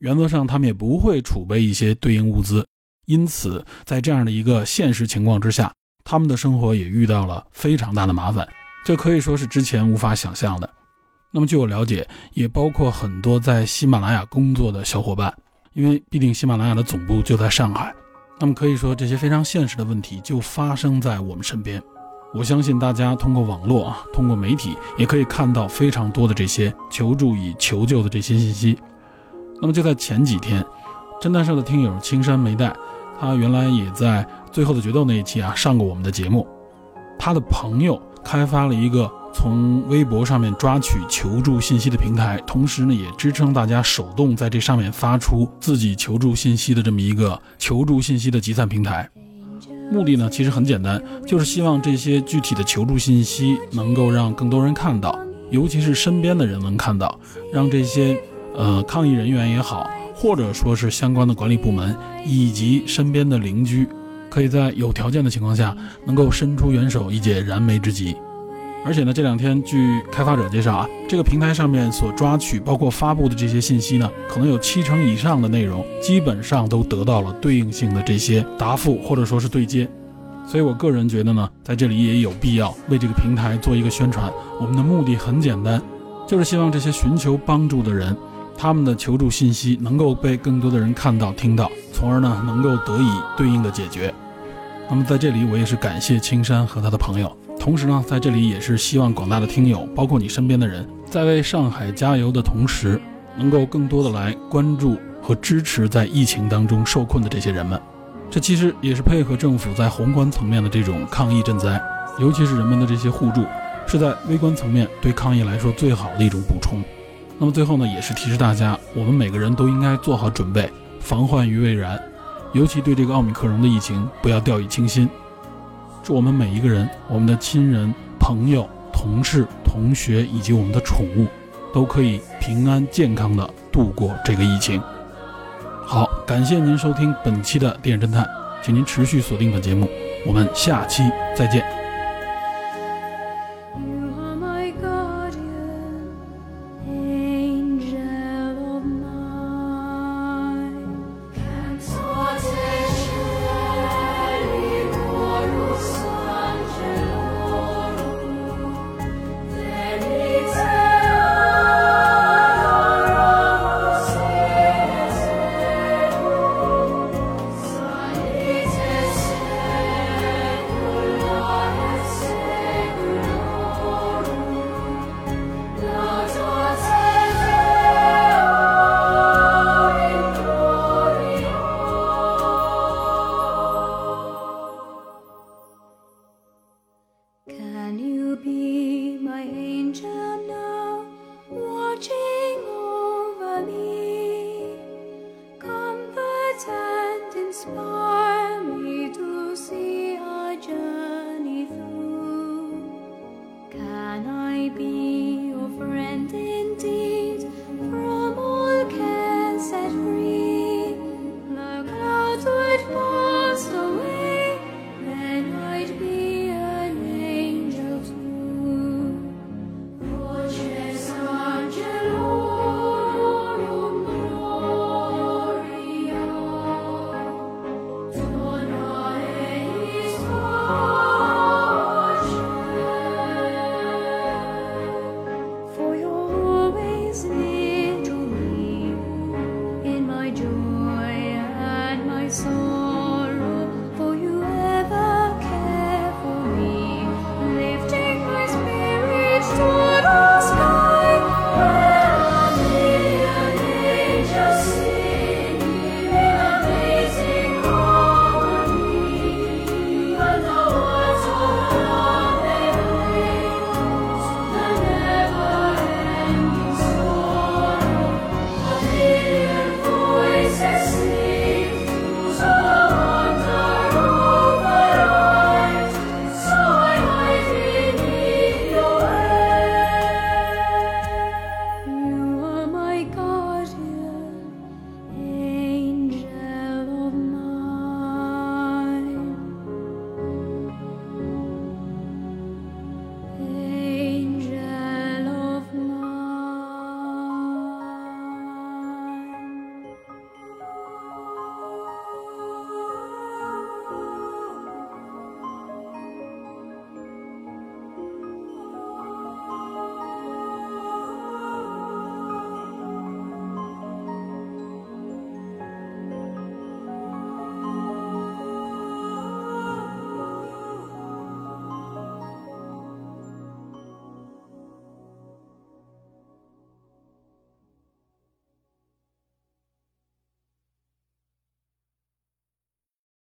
原则上，他们也不会储备一些对应物资，因此，在这样的一个现实情况之下，他们的生活也遇到了非常大的麻烦，这可以说是之前无法想象的。那么，据我了解，也包括很多在喜马拉雅工作的小伙伴，因为毕竟喜马拉雅的总部就在上海，那么可以说这些非常现实的问题就发生在我们身边。我相信大家通过网络啊，通过媒体也可以看到非常多的这些求助与求救的这些信息。那么就在前几天，侦探社的听友青山梅代，他原来也在《最后的决斗》那一期啊上过我们的节目。他的朋友开发了一个从微博上面抓取求助信息的平台，同时呢也支撑大家手动在这上面发出自己求助信息的这么一个求助信息的集散平台。目的呢其实很简单，就是希望这些具体的求助信息能够让更多人看到，尤其是身边的人能看到，让这些呃抗议人员也好，或者说是相关的管理部门以及身边的邻居，可以在有条件的情况下能够伸出援手以解燃眉之急。而且呢，这两天据开发者介绍啊，这个平台上面所抓取包括发布的这些信息呢，可能有七成以上的内容基本上都得到了对应性的这些答复或者说是对接。所以我个人觉得呢，在这里也有必要为这个平台做一个宣传。我们的目的很简单，就是希望这些寻求帮助的人他们的求助信息能够被更多的人看到、听到，从而呢能够得以对应的解决。那么在这里，我也是感谢青山和他的朋友，同时呢，在这里也是希望广大的听友，包括你身边的人，在为上海加油的同时，能够更多的来关注和支持在疫情当中受困的这些人们。这其实也是配合政府在宏观层面的这种抗疫赈灾，尤其是人们的这些互助，是在微观层面对抗疫来说最好的一种补充。那么最后呢，也是提示大家，我们每个人都应该做好准备，防患于未然，尤其对这个奥密克戎的疫情，不要掉以轻心。祝我们每一个人，我们的亲人、朋友、同事、同学以及我们的宠物，都可以平安健康的度过这个疫情。好，感谢您收听本期的电影侦探，请您持续锁定本节目，我们下期再见。